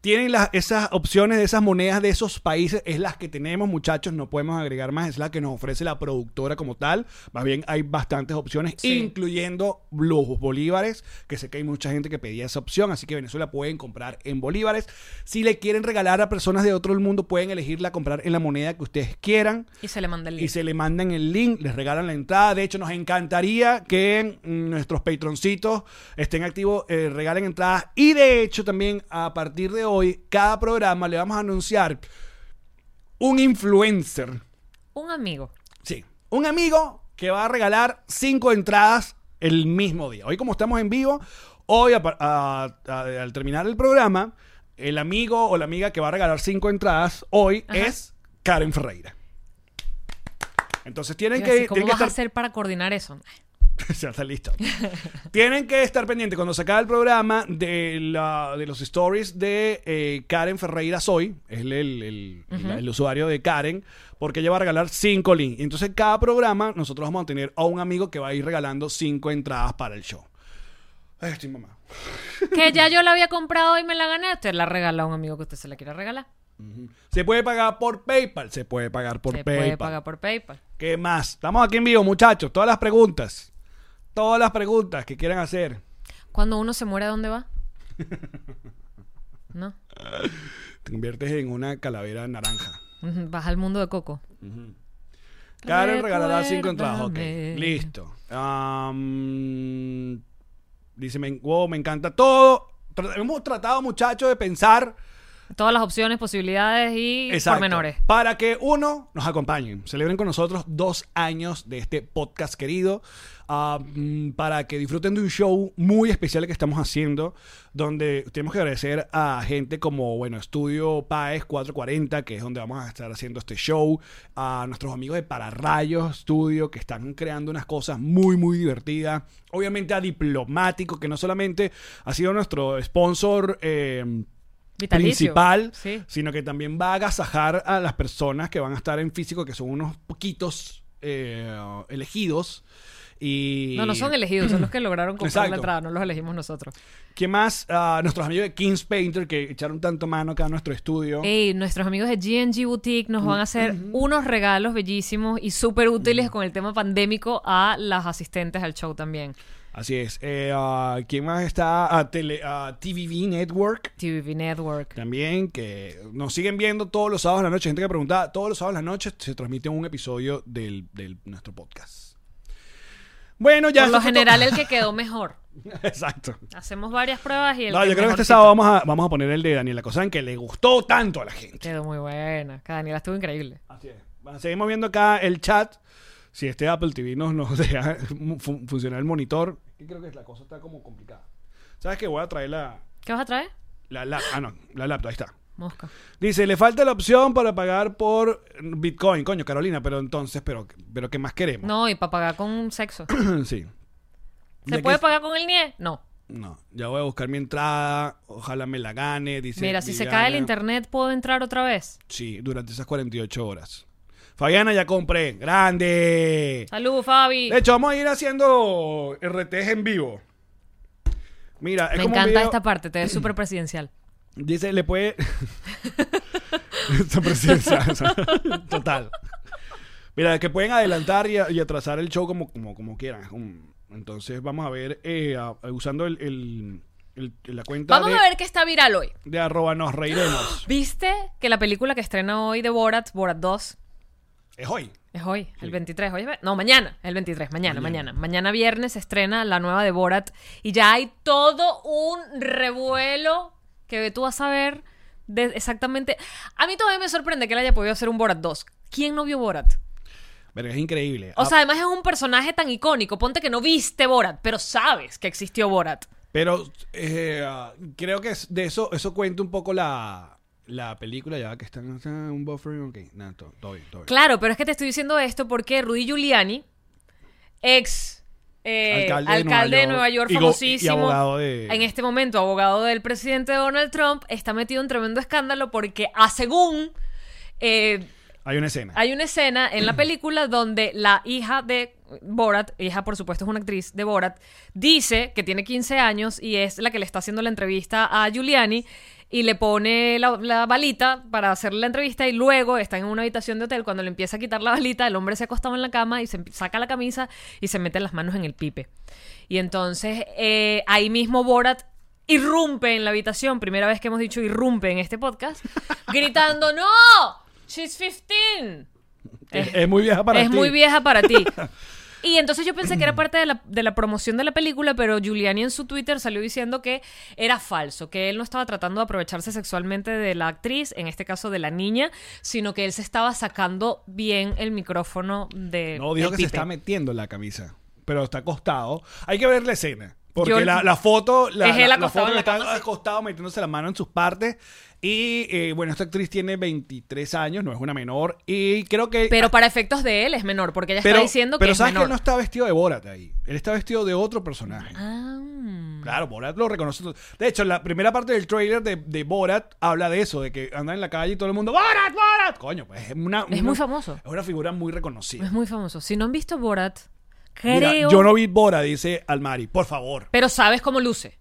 Speaker 3: Tienen las, esas opciones de esas monedas de esos países, es las que tenemos, muchachos, no podemos agregar más, es la que nos ofrece la productora como tal. Más bien hay bastantes opciones,
Speaker 2: Sí.
Speaker 3: incluyendo los bolívares, que sé que hay mucha gente que pedía esa opción, así que Venezuela pueden comprar en bolívares. Si le quieren regalar a personas de otro mundo, pueden elegirla comprar en la moneda que ustedes quieran
Speaker 2: Y se le manda el
Speaker 3: y
Speaker 2: link.
Speaker 3: se le mandan el link, les regalan la entrada. De hecho, nos encantaría que mm, nuestros patroncitos estén activos, eh, regalen entradas. Y de hecho, también a partir de hoy, cada programa le vamos a anunciar un influencer.
Speaker 2: Un amigo.
Speaker 3: Sí, un amigo que va a regalar cinco entradas el mismo día. Hoy como estamos en vivo, hoy a par- a- a- al terminar el programa, el amigo o la amiga que va a regalar cinco entradas hoy
Speaker 2: Ajá.
Speaker 3: es Karen Ferreira. Entonces tienen
Speaker 2: Yo así,
Speaker 3: que,
Speaker 2: ¿Cómo
Speaker 3: tienen que
Speaker 2: vas a
Speaker 3: estar
Speaker 2: hacer para coordinar eso?
Speaker 3: ya está listo. Tienen que estar pendientes cuando se acabe el programa de, la- de los stories de eh, Karen Ferreira Soy, es el, el- el- la- el usuario de Karen, porque ella va a regalar cinco links. Y Entonces, cada programa nosotros vamos a tener a un amigo que va a ir regalando cinco entradas para el show. Ay, estoy mamá.
Speaker 2: Que ya yo la había comprado y me la gané. Usted la regala a un amigo que usted se la quiera regalar.
Speaker 3: Se puede pagar por PayPal, se puede pagar por
Speaker 2: se puede
Speaker 3: PayPal.
Speaker 2: pagar por PayPal.
Speaker 3: ¿Qué más? Estamos aquí en vivo, muchachos. Todas las preguntas. Todas las preguntas que quieran hacer.
Speaker 2: Cuando uno se muere, ¿a dónde va? ¿No?
Speaker 3: Te conviertes en una calavera naranja.
Speaker 2: Ujú, Vas al mundo de Coco.
Speaker 3: Karen regalará cinco entradas. Ok,
Speaker 2: Recuérdame.
Speaker 3: listo. Am, dice, me, wow, me encanta todo. Tra- hemos tratado, muchachos, de pensar
Speaker 2: Todas las opciones, posibilidades y
Speaker 3: Exacto.
Speaker 2: pormenores.
Speaker 3: para que uno nos acompañen. Celebren con nosotros dos años de este podcast querido. Am, para que disfruten de un show muy especial que estamos haciendo. Donde tenemos que agradecer a gente como, bueno, Estudio Paes 440, que es donde vamos a estar haciendo este show. A nuestros amigos de Pararrayos Studio, que están creando unas cosas muy, muy divertidas. Obviamente a Diplomático, que no solamente ha sido nuestro sponsor. eh,
Speaker 2: Vitalicio.
Speaker 3: principal,
Speaker 2: Sí.
Speaker 3: sino que también va a agasajar a las personas que van a estar en físico, que son unos poquitos eh, elegidos. Y
Speaker 2: No, no son elegidos, son los que lograron comprar
Speaker 3: Exacto.
Speaker 2: la entrada, no los elegimos nosotros.
Speaker 3: ¿Qué más? Ah, nuestros amigos de Kings Painter que echaron tanto mano acá a nuestro estudio.
Speaker 2: Ey, nuestros amigos de GNG Boutique nos van a hacer unos regalos bellísimos y súper útiles con el tema pandémico a las asistentes al show también.
Speaker 3: Así es. Eh, ah, ¿Quién más está? A, tele, ah, a TVV Network.
Speaker 2: TVB Network.
Speaker 3: También que nos siguen viendo todos los sábados en la noche. Gente que preguntaba, todos los sábados en la noche se transmite un episodio del, del- nuestro podcast. Bueno, ya.
Speaker 2: Por lo
Speaker 3: eso fue
Speaker 2: general, el que quedó mejor.
Speaker 3: todo. Exacto.
Speaker 2: Hacemos varias pruebas y el
Speaker 3: No, yo creo que este
Speaker 2: mejorcito.
Speaker 3: sábado vamos a, vamos a poner el de Daniela Cosán, que le gustó tanto a la gente.
Speaker 2: Quedó muy buena. Que Daniela estuvo increíble.
Speaker 3: Así es. Bueno, Seguimos viendo acá el chat. Si este Apple TV nos, nos deja fun- funcionar el monitor. Yo creo que la cosa está como complicada. ¿Sabes qué? Voy a traer la,
Speaker 2: ¿Qué vas a traer?
Speaker 3: la lap- Ah, no, la laptop, ahí está.
Speaker 2: Mosca.
Speaker 3: Dice, le falta la opción para pagar por Bitcoin. Coño, Carolina, pero entonces, pero, pero ¿qué más queremos?
Speaker 2: No, y para pagar con sexo.
Speaker 3: sí.
Speaker 2: ¿Se
Speaker 3: Ya que-
Speaker 2: puede pagar con el NIE? No.
Speaker 3: No, ya voy a buscar mi entrada. Ojalá me la gane. Dice
Speaker 2: Mira, si se
Speaker 3: Viviana.
Speaker 2: cae el internet, ¿puedo entrar otra vez?
Speaker 3: Sí, durante esas 48 horas. Fabiana, ya compré. ¡Grande!
Speaker 2: Salud, Fabi.
Speaker 3: De hecho, vamos a ir haciendo RTs en vivo. Mira, es
Speaker 2: Me
Speaker 3: como un
Speaker 2: encanta
Speaker 3: video-
Speaker 2: esta parte, te ves súper presidencial.
Speaker 3: Dice, le puede... Esa presidencia, esa. Total. Mira, que pueden adelantar y, a- y atrasar el show como, como, como quieran. Es un- Entonces, vamos a ver, eh, a- usando el, el- el- la cuenta
Speaker 2: Vamos
Speaker 3: de,
Speaker 2: a ver qué está viral hoy.
Speaker 3: de arroba nos reiremos.
Speaker 2: ¿Viste que la película que estrena hoy de Borat, Borat 2,
Speaker 3: es hoy.
Speaker 2: es hoy,
Speaker 3: Sí.
Speaker 2: el 23? Hoy es ve- no, mañana, el 23, mañana, mañana. Mañana, viernes se estrena la nueva de Borat y ya hay todo un revuelo que tú vas a ver de exactamente... A mí todavía me sorprende que él haya podido hacer un Borat 2. ¿Quién no vio Borat?
Speaker 3: Pero es increíble.
Speaker 2: O
Speaker 3: Ah,
Speaker 2: sea, además es un personaje tan icónico. Ponte que no viste Borat, pero sabes que existió Borat.
Speaker 3: Pero eh, ah, creo que es- de eso eso cuenta un poco la, la película, ya que están ah, un buffer, ok, nada, todo, todo bien, todo bien.
Speaker 2: Claro, pero es que te estoy diciendo esto porque Rudy Giuliani, ex eh, alcalde, de Nueva York,
Speaker 3: y go-
Speaker 2: famosísimo,
Speaker 3: y abogado de-
Speaker 2: en este momento abogado del presidente Donald Trump, está metido en tremendo escándalo porque, a según, eh,
Speaker 3: Hay una escena.
Speaker 2: hay una escena en la película donde la hija de Borat, hija por supuesto es una actriz de Borat, dice que tiene 15 años y es la que le está haciendo la entrevista a Giuliani y le pone la, la balita para hacerle la entrevista y luego están en una habitación de hotel, cuando le empieza a quitar la balita, el hombre se ha acostado en la cama y se empi- saca la camisa y se mete las manos en el pipe. Y entonces eh, ahí mismo Borat irrumpe en la habitación, primera vez que hemos dicho irrumpe en este podcast, gritando, no, she's 15.
Speaker 3: es, es muy vieja para
Speaker 2: eh, es
Speaker 3: ti.
Speaker 2: muy vieja para ti. Y entonces yo pensé que era parte de la, de la promoción de la película, pero Giuliani en su Twitter salió diciendo que era falso, que él no estaba tratando de aprovecharse sexualmente de la actriz, en este caso de la niña, sino que él se estaba sacando bien el micrófono de...
Speaker 3: No, dijo
Speaker 2: del
Speaker 3: que se
Speaker 2: pipe.
Speaker 3: está metiendo la camisa, pero está acostado. Hay que ver la escena. Porque
Speaker 2: Yo-
Speaker 3: la, la foto, la,
Speaker 2: Es él
Speaker 3: la- la
Speaker 2: acostado
Speaker 3: foto
Speaker 2: en
Speaker 3: que
Speaker 2: la
Speaker 3: está
Speaker 2: cama, sí.
Speaker 3: acostado metiéndose la mano en sus partes. Y eh, bueno, esta actriz tiene 23 años, no es una menor. Y creo que. ah,
Speaker 2: Pero para efectos de él es menor, porque ella
Speaker 3: pero,
Speaker 2: está diciendo
Speaker 3: pero
Speaker 2: que
Speaker 3: sabes
Speaker 2: es
Speaker 3: que
Speaker 2: menor.
Speaker 3: él no está vestido de Borat ahí. Él está vestido de otro personaje.
Speaker 2: Ah.
Speaker 3: Claro, Borat lo reconoce. todo. De hecho, la primera parte del trailer de, de Borat habla de eso, de que andan en la calle y todo el mundo, ¡Borat, Borat! Coño, pues es una...
Speaker 2: Es
Speaker 3: una-
Speaker 2: muy famoso.
Speaker 3: Es una figura muy reconocida.
Speaker 2: Es muy famoso. Si no han visto Borat, creo...
Speaker 3: Mira, yo no vi Borat, dice Almari, por favor.
Speaker 2: Pero sabes cómo luce.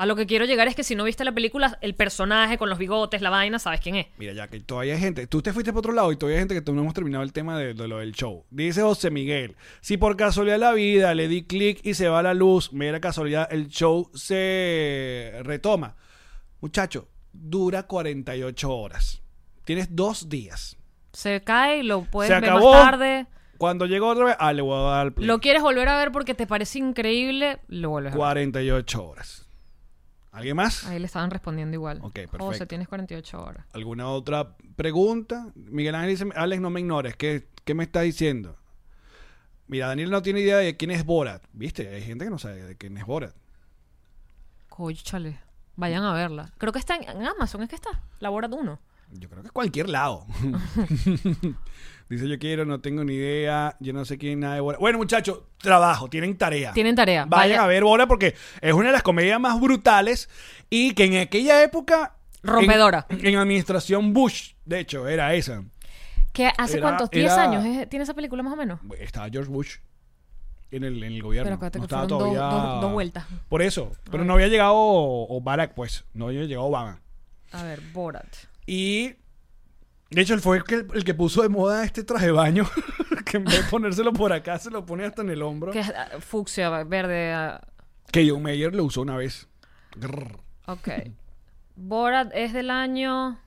Speaker 2: A lo que quiero llegar es que si no viste la película, el personaje con los bigotes, la vaina, sabes quién es.
Speaker 3: Mira, ya que todavía hay gente. Tú te fuiste para otro lado y todavía hay gente que no hemos terminado el tema de, de lo del show. Dice José Miguel: Si por casualidad de la vida le di clic y se va la luz, mera casualidad, el show se retoma. Muchacho, dura 48 horas. Tienes dos días.
Speaker 2: Se cae, lo puedes
Speaker 3: se
Speaker 2: ver
Speaker 3: acabó.
Speaker 2: más tarde.
Speaker 3: Cuando llegó otra vez, ah, le voy a dar play.
Speaker 2: Lo quieres volver a ver porque te parece increíble, lo vuelves a ver.
Speaker 3: 48 horas. ¿Alguien más?
Speaker 2: Ahí le estaban respondiendo igual.
Speaker 3: Ok, perfecto.
Speaker 2: José, tienes 48 horas.
Speaker 3: ¿Alguna otra pregunta? Miguel Ángel dice, Alex, no me ignores, ¿qué, qué me estás diciendo? Mira, Daniel no tiene idea de quién es Borat, ¿viste? Hay gente que no sabe de quién es Borat.
Speaker 2: Cóchale. Vayan a verla. Creo que está en, en Amazon, es que está. La Borat 1.
Speaker 3: Yo creo que es cualquier lado. dice, yo quiero, no tengo ni idea, yo no sé quién es nada de Borat. Bueno, muchachos, trabajo, tienen tarea.
Speaker 2: Tienen tarea.
Speaker 3: Vayan
Speaker 2: Vaya-
Speaker 3: a ver Borat porque es una de las comedias más brutales y que en aquella época...
Speaker 2: Rompedora.
Speaker 3: En, en administración Bush, de hecho, era esa.
Speaker 2: ¿Qué, ¿Hace
Speaker 3: Era-
Speaker 2: cuántos? ¿10
Speaker 3: era-
Speaker 2: años es- tiene esa película más o menos?
Speaker 3: estaba George Bush en el, en el
Speaker 2: Pero
Speaker 3: gobierno.
Speaker 2: acuérdate
Speaker 3: no
Speaker 2: que
Speaker 3: estaba
Speaker 2: fueron
Speaker 3: todavía...
Speaker 2: dos- dos- dos vueltas. Ah.
Speaker 3: Por eso. Pero no había llegado o Barack, pues. No había llegado Obama.
Speaker 2: A ver, Borat.
Speaker 3: Y. De hecho, él fue el que, el que puso de moda este traje de baño. que en vez de ponérselo por acá, se lo pone hasta en el hombro.
Speaker 2: Que es ah, fucsia, verde. ah,
Speaker 3: Que John Mayer lo usó una vez. Grrr.
Speaker 2: Ok. Borat es del año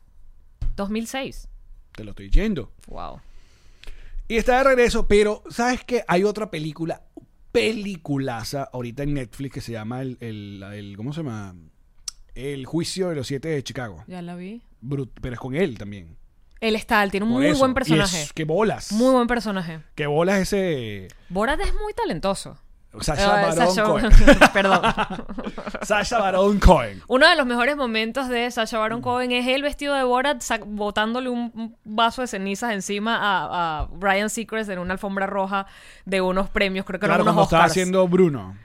Speaker 2: 2006.
Speaker 3: te lo estoy diciendo.
Speaker 2: Wow.
Speaker 3: Y está de regreso, pero ¿sabes qué? Hay otra película, peliculaza, ahorita en Netflix que se llama el, el- el- ¿Cómo se llama? El juicio de los siete de Chicago.
Speaker 2: Ya la vi.
Speaker 3: Brut- pero es con él también.
Speaker 2: Él está, él tiene un
Speaker 3: Por
Speaker 2: muy
Speaker 3: eso.
Speaker 2: buen
Speaker 3: Y
Speaker 2: personaje.
Speaker 3: es- qué bolas.
Speaker 2: Muy buen personaje.
Speaker 3: Qué bolas ese. eh,
Speaker 2: Borat es muy talentoso.
Speaker 3: Sasha
Speaker 2: Eh,
Speaker 3: Baron
Speaker 2: Sacha-
Speaker 3: Cohen.
Speaker 2: Perdón.
Speaker 3: Sasha Baron Cohen.
Speaker 2: Uno de los mejores momentos de Sacha Baron Cohen es él vestido de Borat sa- botándole un un vaso de cenizas encima a, a Brian Seacrest en una alfombra roja de unos premios, creo que
Speaker 3: claro,
Speaker 2: eran
Speaker 3: como
Speaker 2: unos
Speaker 3: estaba
Speaker 2: Oscars.
Speaker 3: haciendo Bruno.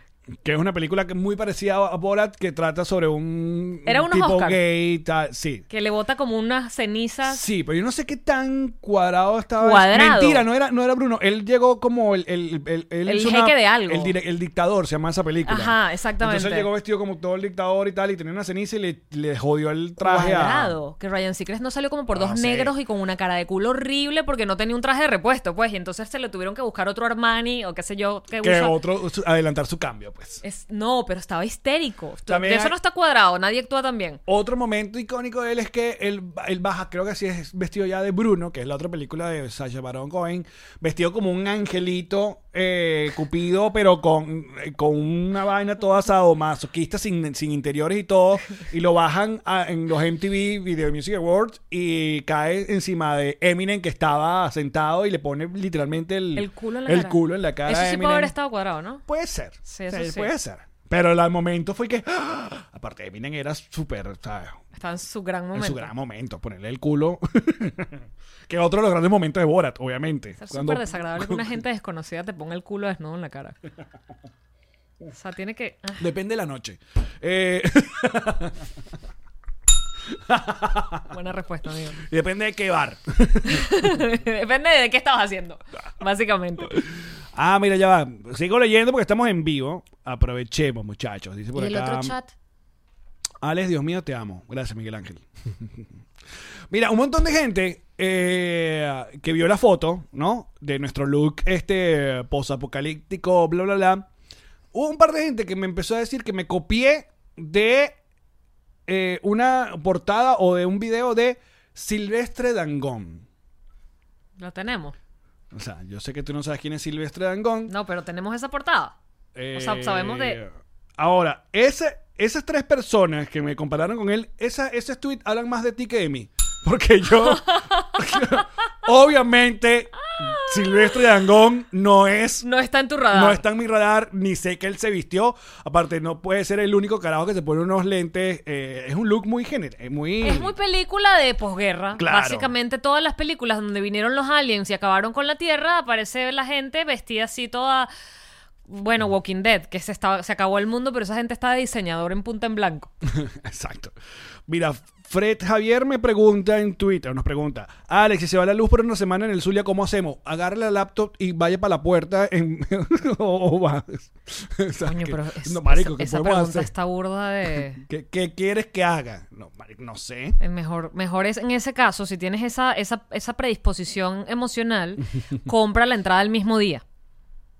Speaker 3: Que es una película que es muy parecida a Borat que trata sobre un
Speaker 2: Era
Speaker 3: un
Speaker 2: unos
Speaker 3: tipo
Speaker 2: Oscar.
Speaker 3: gay. Tal. Sí.
Speaker 2: Que le bota como unas cenizas.
Speaker 3: Sí, pero yo no sé qué tan cuadrado estaba.
Speaker 2: Cuadrado.
Speaker 3: Mentira, no era, no era Bruno. Él llegó como el. El, el, él
Speaker 2: El
Speaker 3: hizo
Speaker 2: jeque de algo.
Speaker 3: El, dire- el dictador se llama esa película.
Speaker 2: Ajá, exactamente.
Speaker 3: Entonces él llegó vestido como todo el dictador y tal. Y tenía una ceniza y le, le jodió el traje a-
Speaker 2: cuadrado. Que Ryan Seacrest no salió como por
Speaker 3: No
Speaker 2: dos
Speaker 3: sé.
Speaker 2: negros y con una cara de culo horrible porque no tenía un traje de repuesto, pues. Y entonces se le tuvieron que buscar otro Armani o qué sé yo. Que
Speaker 3: que
Speaker 2: usa.
Speaker 3: otro su- adelantar su cambio, pues.
Speaker 2: Es- no, pero estaba histérico. Tú-
Speaker 3: También
Speaker 2: de eso
Speaker 3: hay-
Speaker 2: no está cuadrado, nadie actúa tan bien.
Speaker 3: Otro momento icónico de él es que él, él baja, creo que así es, vestido ya de Bruno, que es la otra película de Sacha Baron Cohen, vestido como un angelito eh, cupido, pero con, eh, con una vaina toda sadomasoquista, sin, sin interiores y todo, y lo bajan a- en los MTV Video Music Awards y cae encima de Eminem, que estaba sentado y le pone literalmente el,
Speaker 2: El culo en la
Speaker 3: el
Speaker 2: cara.
Speaker 3: culo en la cara
Speaker 2: Eso
Speaker 3: a
Speaker 2: sí
Speaker 3: Eminem.
Speaker 2: puede haber estado cuadrado, ¿no?
Speaker 3: Puede ser.
Speaker 2: Sí, eso sí.
Speaker 3: Puede ser. Pero el momento fue que. ¡ah! Aparte, Eminem era súper, ¿sabes?
Speaker 2: Estaba en su gran
Speaker 3: En
Speaker 2: momento.
Speaker 3: su gran momento, ponerle el culo. que otro de los grandes momentos de Borat, obviamente.
Speaker 2: Es
Speaker 3: Cuando-
Speaker 2: súper desagradable que una gente desconocida te ponga el culo desnudo en la cara. O sea, tiene que. ah,
Speaker 3: Depende de la noche. Eh,
Speaker 2: ah, buena respuesta, amigo.
Speaker 3: depende de qué bar.
Speaker 2: Depende de qué estabas haciendo, básicamente.
Speaker 3: Ah, mira, ya va. Sigo leyendo porque estamos en vivo. Aprovechemos, muchachos. Dice por
Speaker 2: y el
Speaker 3: acá,
Speaker 2: otro chat.
Speaker 3: Alex, Dios mío, te amo. Gracias, Miguel Ángel. Mira, un montón de gente eh, que vio la foto, ¿no? De nuestro look este posapocalíptico, bla, bla, bla. Hubo un par de gente que me empezó a decir que me copié de eh, una portada o de un video de Silvestre Dangón.
Speaker 2: Lo tenemos.
Speaker 3: O sea, yo sé que tú no sabes quién es Silvestre Dangón.
Speaker 2: No, pero tenemos esa portada. O sea, sabemos de-
Speaker 3: Eh, Ahora, ese, esas tres personas que me compararon con él, esa, ese tweet hablan más de ti que de mí. Porque yo, obviamente, Silvestre Dangón no es
Speaker 2: No está en tu radar.
Speaker 3: no está en mi radar, ni sé que él se vistió. Aparte, no puede ser el único carajo que se pone unos lentes. eh, es un look muy género. Muy,
Speaker 2: Es muy película de posguerra.
Speaker 3: Claro.
Speaker 2: Básicamente todas las películas donde vinieron los aliens y acabaron con la Tierra, aparece la gente vestida así toda... Bueno, Walking Dead, que se, estaba- se acabó el mundo, pero esa gente está de diseñador en punta en blanco.
Speaker 3: Exacto. Mira, Fred Javier me pregunta en Twitter, nos pregunta, Alex, si se va la luz por una semana en el Zulia, ¿cómo hacemos? Agarre la laptop y vaya para la puerta en... o, o va. O sea,
Speaker 2: Coño,
Speaker 3: que-
Speaker 2: pero es-
Speaker 3: no, marico,
Speaker 2: esa,
Speaker 3: ¿qué
Speaker 2: esa
Speaker 3: podemos
Speaker 2: pregunta
Speaker 3: hacer?
Speaker 2: está burda de...
Speaker 3: ¿Qué, qué quieres que haga? No, marico, no sé.
Speaker 2: Eh, Mejor, mejor es en ese caso, si tienes esa, esa, esa predisposición emocional, compra la entrada el mismo día.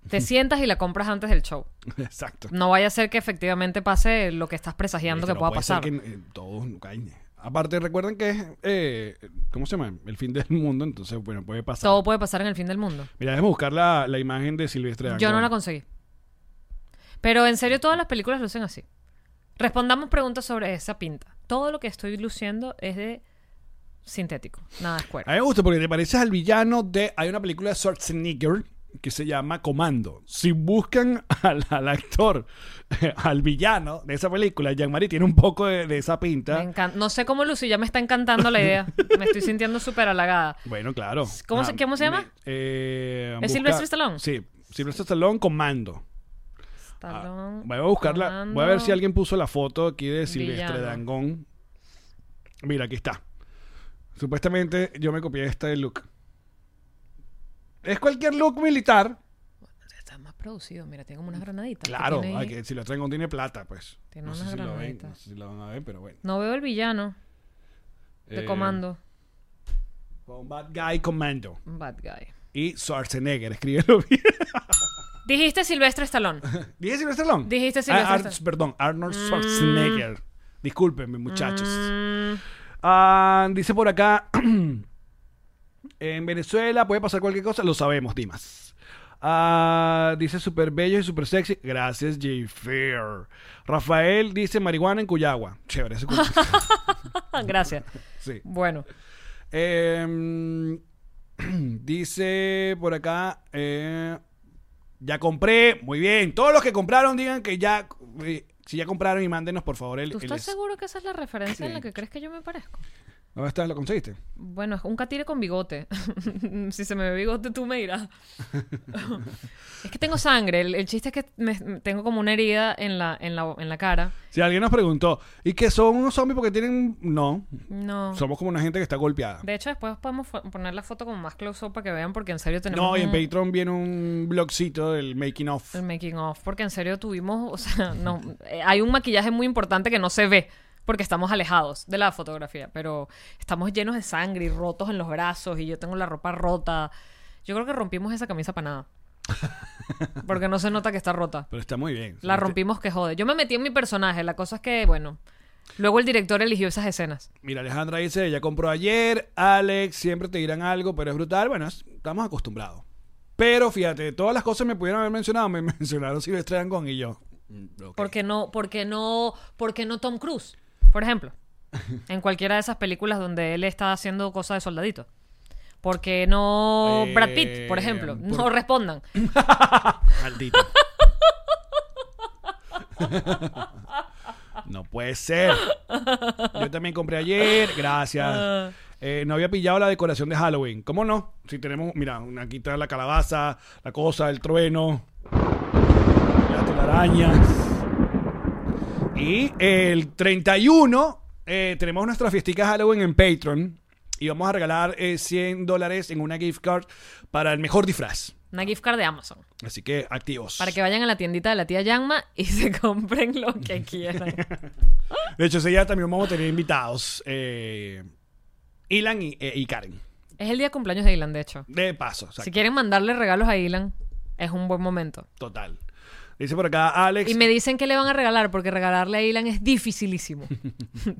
Speaker 2: Te sientas y la compras antes del show.
Speaker 3: Exacto.
Speaker 2: No vaya a ser que efectivamente pase lo que estás presagiando
Speaker 3: Marico,
Speaker 2: que
Speaker 3: no
Speaker 2: pueda
Speaker 3: puede ser
Speaker 2: pasar.
Speaker 3: que, eh, todos no caen. Aparte, recuerden que es... eh, ¿Cómo se llama? El fin del mundo, entonces, bueno, puede pasar.
Speaker 2: Todo puede pasar en el fin del mundo.
Speaker 3: Mira, déjame buscar la, la imagen de Silvestre
Speaker 2: Yo no
Speaker 3: Dangond.
Speaker 2: la conseguí. Pero en serio, todas las películas lucen así. Respondamos preguntas sobre esa pinta. Todo lo que estoy luciendo es de sintético, nada de
Speaker 3: A
Speaker 2: cuero.
Speaker 3: mí me gusta porque te pareces al villano de. Hay una película de Schwarzenegger que se llama Comando. Si buscan al, al actor, al villano de esa película, Jean-Marie tiene un poco de, de esa
Speaker 2: Me
Speaker 3: pinta.
Speaker 2: encan- No sé cómo Lucy ya me está encantando la idea. Me estoy sintiendo súper halagada.
Speaker 3: Bueno, claro.
Speaker 2: ¿Cómo se-
Speaker 3: Ah,
Speaker 2: cómo se llama?
Speaker 3: me- eh,
Speaker 2: ¿Es Sylvester Stallone?
Speaker 3: Sí, Silvestre Stallone Comando. Ah,
Speaker 2: Talón,
Speaker 3: voy a buscarla. Voy a ver si
Speaker 2: comando.
Speaker 3: alguien puso la foto aquí de Silvestre
Speaker 2: Villano.
Speaker 3: Dangón. Mira, aquí está. Supuestamente yo me copié este look. Es cualquier look militar.
Speaker 2: Está más producido, mira, tiene como unas granaditas. que
Speaker 3: Claro,
Speaker 2: tiene
Speaker 3: hay
Speaker 2: ahí.
Speaker 3: que, si lo tengo tiene plata, pues.
Speaker 2: Tiene
Speaker 3: no, sé
Speaker 2: unas
Speaker 3: si lo ven,
Speaker 2: granaditas.
Speaker 3: no sé si lo van a ver, pero bueno.
Speaker 2: No veo el villano de
Speaker 3: Eh,
Speaker 2: comando.
Speaker 3: Combat Guy Commando.
Speaker 2: Bad guy.
Speaker 3: Y Schwarzenegger, escríbelo bien.
Speaker 2: Dijiste Silvestre Stallone.
Speaker 3: ¿Dije Silvestre Stallone?
Speaker 2: Dijiste Sylvester
Speaker 3: Ah, Ar-
Speaker 2: Stallone.
Speaker 3: Perdón, Arnold Schwarzenegger. Discúlpenme, muchachos.
Speaker 2: Mm,
Speaker 3: Ah, dice por acá, en Venezuela puede pasar cualquier cosa, lo sabemos, Dimas. Ah, dice super bello y super sexy. Gracias, J. Fear. Rafael dice marihuana en Cuyagua. Chévere, ese culo.
Speaker 2: ah, gracias.
Speaker 3: Sí.
Speaker 2: Bueno.
Speaker 3: Eh, dice por acá. eh, ya compré. Muy bien. Todos los que compraron digan que ya. eh, si ya compraron y mándenos, por favor, el.
Speaker 2: ¿Tú
Speaker 3: el
Speaker 2: estás
Speaker 3: es-
Speaker 2: seguro que esa es la referencia en la
Speaker 3: Sí.
Speaker 2: que crees que yo me parezco?
Speaker 3: ¿Dónde estás? ¿Lo conseguiste?
Speaker 2: Bueno, es un catire con bigote. si se me ve bigote, tú me dirás. es que tengo sangre. El, el chiste es que me- me- tengo como una herida en la, en la, en la cara.
Speaker 3: Si alguien nos preguntó, ¿y que son unos zombies porque tienen.? No.
Speaker 2: No.
Speaker 3: Somos como una gente que está golpeada.
Speaker 2: De hecho, después podemos fo- poner la foto como más close-up para que vean, porque en serio tenemos
Speaker 3: No, y en
Speaker 2: un-
Speaker 3: Patreon viene un blogcito del making of.
Speaker 2: el making of, porque en serio tuvimos, o sea, no, eh, hay un maquillaje muy importante que no se ve, porque estamos alejados de la fotografía, pero estamos llenos de sangre y rotos en los brazos y yo tengo la ropa rota. Yo creo que rompimos esa camisa para nada, porque no se nota que está rota.
Speaker 3: Pero está muy bien.
Speaker 2: La rompimos que jode. Yo me metí en mi personaje, la cosa es que, bueno, luego el director eligió esas escenas.
Speaker 3: Mira, Alejandra dice, ya compró ayer, Alex, siempre te dirán algo, pero es brutal. Bueno, es- estamos acostumbrados. Pero fíjate, todas las cosas me pudieron haber mencionado, me mencionaron Silvestre Dangón y yo. mm, ok.
Speaker 2: ¿Por qué no, por qué no, por qué no Tom Cruise? Por ejemplo, en cualquiera de esas películas donde él está haciendo cosas de soldadito. ¿Por qué no
Speaker 3: Eh,
Speaker 2: Brad Pitt, por ejemplo?
Speaker 3: por-
Speaker 2: No respondan.
Speaker 3: Maldito. no puede ser. Yo también compré ayer, gracias. Eh, no había pillado la decoración de Halloween. ¿Cómo no? Si tenemos, mira, aquí está la calabaza, la cosa, el trueno, las telarañas. Y el 31 eh, tenemos nuestra fiestica Halloween en Patreon. Y vamos a regalar eh, 100 dólares en una gift card para el mejor disfraz.
Speaker 2: Una gift card de Amazon.
Speaker 3: Así que activos.
Speaker 2: Para que vayan a la tiendita de la tía Yanma y se compren lo que quieran.
Speaker 3: De hecho, ese día también vamos a tener invitados. Eh, Ilan y, eh, y Karen.
Speaker 2: es el día de cumpleaños de Ilan, de hecho.
Speaker 3: De paso, exacto.
Speaker 2: Si quieren mandarle regalos a Ilan, es un buen momento.
Speaker 3: Total. Dice por acá Alex.
Speaker 2: Y me dicen que le van a regalar, porque regalarle a Ilan es dificilísimo.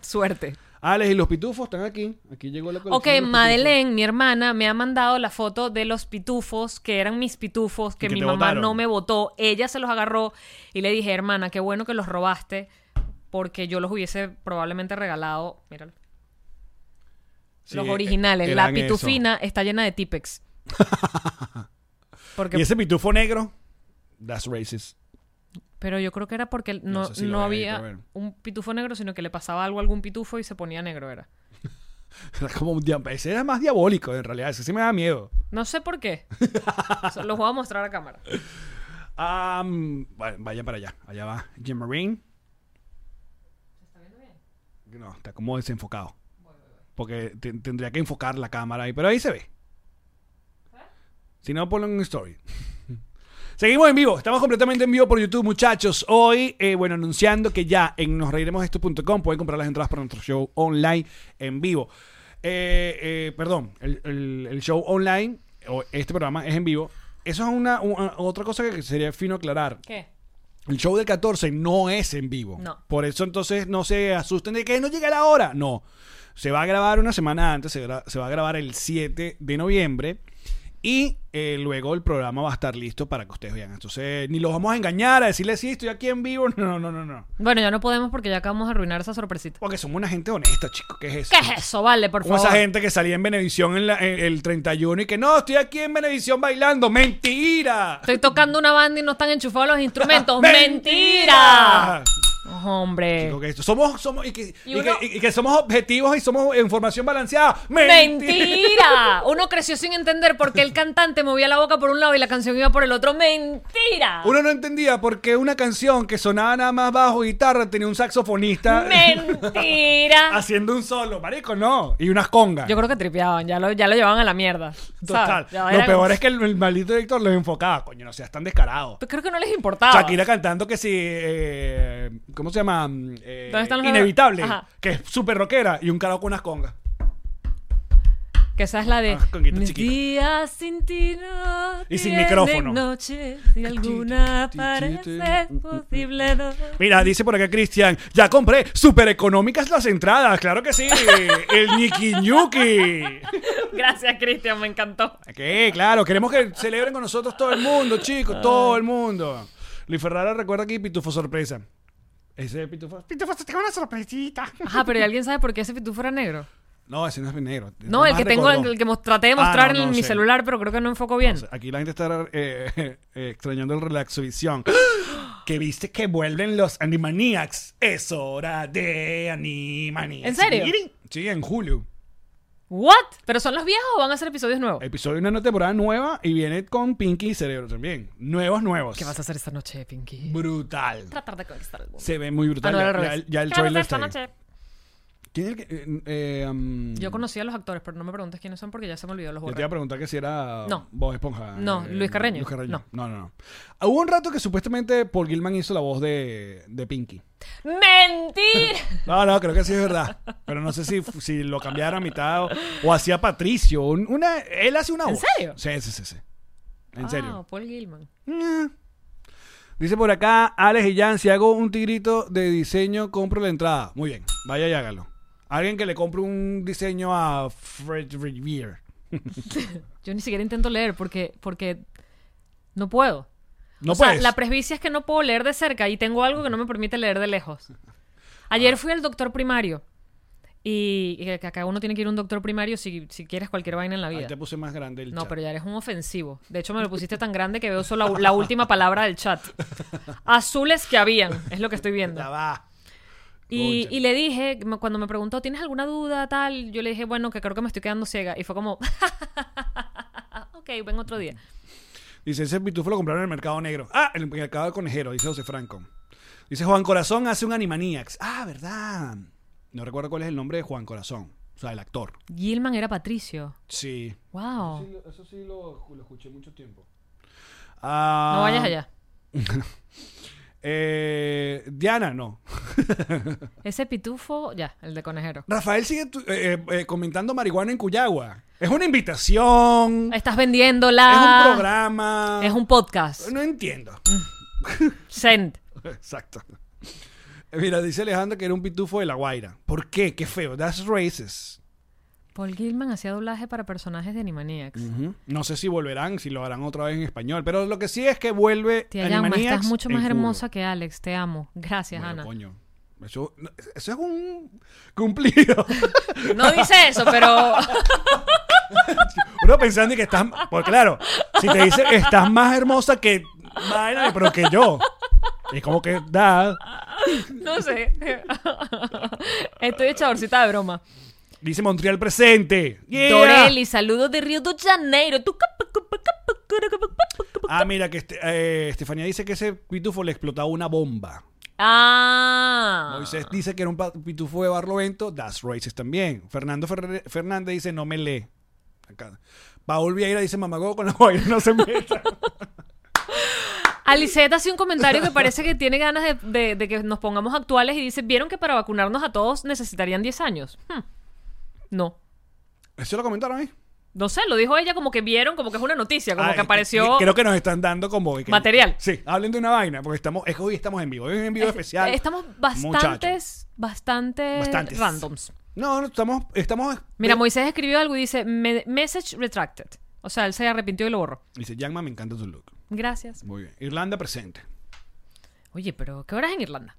Speaker 2: Suerte.
Speaker 3: Alex y los pitufos están aquí. Aquí llegó la colección
Speaker 2: Ok,
Speaker 3: de los
Speaker 2: Madeleine, mi hermana, me ha mandado la foto de los pitufos, que eran mis pitufos, que,
Speaker 3: Y que
Speaker 2: mi
Speaker 3: te
Speaker 2: mamá
Speaker 3: botaron.
Speaker 2: no me votó. Ella se los agarró y le dije, hermana, qué bueno que los robaste, porque yo los hubiese probablemente regalado. Míralo.
Speaker 3: pitufos. Sí,
Speaker 2: los
Speaker 3: eh,
Speaker 2: originales. La
Speaker 3: eran eso.
Speaker 2: pitufina está llena de típex. Porque,
Speaker 3: Y ese pitufo negro, that's racist.
Speaker 2: Pero yo creo que era porque no,
Speaker 3: sé si lo
Speaker 2: no
Speaker 3: voy a editar,
Speaker 2: había
Speaker 3: bueno.
Speaker 2: un pitufo negro, sino que le pasaba algo a algún pitufo y se ponía negro, era.
Speaker 3: Era como un dia- Ese era más diabólico, en realidad. Ese sí me da miedo.
Speaker 2: No sé por qué. Se Los voy a mostrar a cámara.
Speaker 3: Am, va- vaya para allá. Allá va Jim Marine. No, está como desenfocado. Porque te- tendría que enfocar la cámara ahí. Pero ahí se ve. Si no, ponlo en un story. Seguimos en vivo, estamos completamente en vivo por YouTube, muchachos. Hoy, eh, bueno, anunciando que ya en nosreiremosesto.com pueden comprar las entradas para nuestro show online en vivo. Eh, eh, perdón, el, el- el show online, o este programa es en vivo. Eso es una, u- otra cosa que sería fino aclarar.
Speaker 2: ¿Qué?
Speaker 3: El show del 14 no es en vivo.
Speaker 2: No.
Speaker 3: Por eso entonces no se asusten de que no llega la hora. No. Se va a grabar una semana antes, se, gra- se va a grabar el 7 de noviembre. Y eh, luego el programa va a estar listo para que ustedes vean. Entonces, ni los vamos a engañar a decirles sí, estoy aquí en vivo. No, no, no, no.
Speaker 2: Bueno, ya no podemos porque ya acabamos de arruinar esa sorpresita.
Speaker 3: Porque somos una gente honesta, chicos. ¿Qué es eso?
Speaker 2: ¿Qué es eso? Vale, por
Speaker 3: Como
Speaker 2: favor.
Speaker 3: esa gente que salía en Benevisión en la- en el 31 y que no, estoy aquí en Benevisión bailando. ¡Mentira!
Speaker 2: Estoy tocando una banda y no están enchufados los instrumentos.
Speaker 3: ¡Mentira!
Speaker 2: ¡Mentira! Hombre.
Speaker 3: Digo que esto- somos, somos, y, que,
Speaker 2: Eh. Y
Speaker 3: y que-
Speaker 2: uno-
Speaker 3: y que somos objetivos y somos información balanceada. ¡Mentira!
Speaker 2: ¡Mentira! Uno creció sin entender por qué el cantante movía la boca por un lado y la canción iba por el otro. ¡Mentira!
Speaker 3: Uno no entendía por qué una canción que sonaba nada más bajo guitarra tenía un saxofonista
Speaker 2: ¡Mentira!
Speaker 3: haciendo un solo, marico, no. Y unas congas.
Speaker 2: Yo creo que tripeaban, ya lo, ya lo llevaban a la mierda.
Speaker 3: Total.
Speaker 2: ¿sabes? Ya
Speaker 3: Lo
Speaker 2: era
Speaker 3: peor
Speaker 2: como-
Speaker 3: es que el, el maldito director los enfocaba. Coño, no seas tan descarado.
Speaker 2: Pues creo que no les importaba.
Speaker 3: Shakira cantando que si. eh, ¿Cómo se llama? Eh,
Speaker 2: ¿Dónde están los-
Speaker 3: Inevitable.
Speaker 2: Ajá.
Speaker 3: Que es súper rockera. Y un carajo con unas congas.
Speaker 2: Que esa es la de.
Speaker 3: Ah, con guita
Speaker 2: Mis
Speaker 3: chiquita.
Speaker 2: días sin ti no.
Speaker 3: Y sin
Speaker 2: tienen
Speaker 3: micrófono.
Speaker 2: Noche, si alguna parece posible. no.
Speaker 3: Mira, dice por acá Cristian, ya compré super económicas las entradas, claro que sí. El ñiqui ñuqui.
Speaker 2: Gracias, Cristian, me encantó.
Speaker 3: Ok, claro, queremos que celebren con nosotros todo el mundo,
Speaker 2: Ah.
Speaker 3: chicos, todo el mundo. Luis Ferrara recuerda aquí Pitufo Sorpresa. Ese Pitufo. Pitufo, te tengo una sorpresita.
Speaker 2: Ajá, pero ¿y alguien sabe por qué ese pitufo era negro?
Speaker 3: No, ese no es negro.
Speaker 2: No, el que tengo, el, que mos- traté de
Speaker 3: Ah,
Speaker 2: mostrar
Speaker 3: no,
Speaker 2: en
Speaker 3: no
Speaker 2: mi
Speaker 3: sé.
Speaker 2: celular, pero creo que no enfoco bien.
Speaker 3: Aquí la gente está eh, eh, extrañando el relaxovisión. Que viste que vuelven los Animaniacs. Es hora de Animaniacs.
Speaker 2: ¿En serio?
Speaker 3: Sí, en julio.
Speaker 2: ¿What? ¿Pero son los viejos o van a ser episodios nuevos?
Speaker 3: Episodio de una nueva temporada nueva y viene con Pinky y Cerebro también. Nuevos, nuevos.
Speaker 2: ¿Qué vas a hacer esta noche, Pinky?
Speaker 3: Brutal.
Speaker 2: Tratar de conquistar el mundo.
Speaker 3: Se ve muy
Speaker 2: Ah,
Speaker 3: brutal.
Speaker 2: no, era
Speaker 3: Ya-
Speaker 2: al
Speaker 3: ya,
Speaker 2: revés.
Speaker 3: ya el
Speaker 2: ¿Qué vas a hacer
Speaker 3: trailer está
Speaker 2: esta
Speaker 3: ahí.
Speaker 2: noche?
Speaker 3: ¿Quién es el que, eh, eh, um,
Speaker 2: Yo conocía a los actores, pero no me preguntes quiénes son porque ya se me olvidó los
Speaker 3: Yo te
Speaker 2: borré.
Speaker 3: iba a preguntar que si era
Speaker 2: No.
Speaker 3: Bob Esponja. eh,
Speaker 2: No, Luis Carreño.
Speaker 3: Luis Carreño.
Speaker 2: No.
Speaker 3: No, no, no. Ah, Hubo un rato que supuestamente Paul Gilman hizo la voz de, de Pinky.
Speaker 2: ¡Mentira!
Speaker 3: No, no, creo que sí es verdad. Pero no sé si, si lo cambiaron a mitad o, o hacía Patricio. Un- una, él hace una
Speaker 2: ¿En
Speaker 3: voz.
Speaker 2: serio?
Speaker 3: Sí, sí, sí. sí. En serio.
Speaker 2: Ah, Paul Gilman.
Speaker 3: Eh. Dice por acá, Alex y Jan, si hago un tigrito de diseño, compro la entrada. Muy bien, vaya y hágalo. Alguien que le compre un diseño a Fred Rivier.
Speaker 2: Yo ni siquiera intento leer porque, porque no puedo.
Speaker 3: No
Speaker 2: o sea,
Speaker 3: puedes.
Speaker 2: la presbicia es que no puedo leer de cerca y tengo algo que no me permite leer de lejos. Ayer fui al doctor primario y, y que acá uno tiene que ir a un doctor primario si, si quieres cualquier vaina en la
Speaker 3: Ahí
Speaker 2: vida.
Speaker 3: te puse más grande el
Speaker 2: No,
Speaker 3: chat.
Speaker 2: pero ya eres un ofensivo. De hecho, me lo pusiste tan grande que veo solo la, la última palabra del chat. Azules que habían, es lo que estoy viendo.
Speaker 3: Ya va.
Speaker 2: Y,
Speaker 3: Concha.
Speaker 2: y le dije, me- cuando me preguntó, ¿tienes alguna duda tal? Yo le dije, bueno, que creo que me estoy quedando ciega. Y fue como, ok, ven otro día.
Speaker 3: Dice, ese pitufo lo compraron en el mercado negro. Ah, en el mercado conejero, dice José Franco. Dice, Juan Corazón hace un Animaniacs. Ah, verdad. No recuerdo cuál es el nombre de Juan Corazón. O sea, el actor.
Speaker 2: Gilman era Patricio.
Speaker 3: Sí.
Speaker 2: Wow.
Speaker 3: Eso sí lo, escuché mucho tiempo. Ah,
Speaker 2: No vayas allá.
Speaker 3: Eh, Diana, no.
Speaker 2: Ese pitufo, ya, el de conejero.
Speaker 3: Rafael sigue tu- eh, eh, comentando marihuana en Cuyagua. Es una invitación.
Speaker 2: Estás vendiéndola.
Speaker 3: es un programa.
Speaker 2: Ah. Es un podcast.
Speaker 3: No entiendo.
Speaker 2: Send.
Speaker 3: Exacto. Eh, Mira, dice Alejandro que era un pitufo de la Guaira. ¿Por qué? Qué feo. That's racist.
Speaker 2: Paul Gilman hacía doblaje para personajes de Animaniacs.
Speaker 3: Mm. No sé si volverán, si lo harán otra vez en español. Pero lo que sí es que vuelve.
Speaker 2: Tía Yama,
Speaker 3: Animaniacs
Speaker 2: estás mucho
Speaker 3: en
Speaker 2: más
Speaker 3: Cuba.
Speaker 2: hermosa que Alex. Te amo. Gracias,
Speaker 3: Bueno,
Speaker 2: Ana.
Speaker 3: coño. Eso, eso es un cumplido.
Speaker 2: No dice eso, pero.
Speaker 3: Uno pensando que estás. Porque claro, si te dicen estás más hermosa que. Vaina, pero que yo. Es como que da.
Speaker 2: No sé. Estoy echadorcita de broma.
Speaker 3: Dice Montreal presente. Yeah.
Speaker 2: Dorelli, saludos de Río de Janeiro. Tu capa, capa, capa, cara, capa, capa, capa.
Speaker 3: Ah, mira, que este- eh, Estefanía dice que ese pitufo le explotaba una bomba.
Speaker 2: Ah.
Speaker 3: Moisés dice que era un pa- pitufo de Barlovento. That's racist también. Fernando Ferre- Fernández dice no me lee. Acá. Paul Vieira dice mamagó con la joya, no se meta.
Speaker 2: Alicet hace un comentario que parece que tiene ganas de, de- de que nos pongamos actuales y dice: ¿Vieron que para vacunarnos a todos necesitarían 10 años? Hmm. No.
Speaker 3: ¿Eso lo comentaron ahí?
Speaker 2: No sé, lo dijo ella como que vieron, como que es una noticia, como
Speaker 3: Ah,
Speaker 2: que
Speaker 3: eh,
Speaker 2: apareció.
Speaker 3: eh, Creo que nos están dando como. que-
Speaker 2: Material.
Speaker 3: Sí, hablen de una vaina, porque estamos, es que hoy estamos en vivo. Hoy es un envío
Speaker 2: Es-
Speaker 3: especial.
Speaker 2: eh, Estamos
Speaker 3: muchacho.
Speaker 2: bastantes, bastantes,
Speaker 3: Bastantes.
Speaker 2: randoms.
Speaker 3: No, no, estamos. estamos
Speaker 2: Mira,
Speaker 3: eh,
Speaker 2: Moisés escribió algo y dice "Me- message retracted. O sea, él se arrepintió y lo borró.
Speaker 3: Dice, Yanma, me encanta tu look.
Speaker 2: Gracias.
Speaker 3: Muy bien. Irlanda presente.
Speaker 2: Oye, pero ¿qué hora es en Irlanda?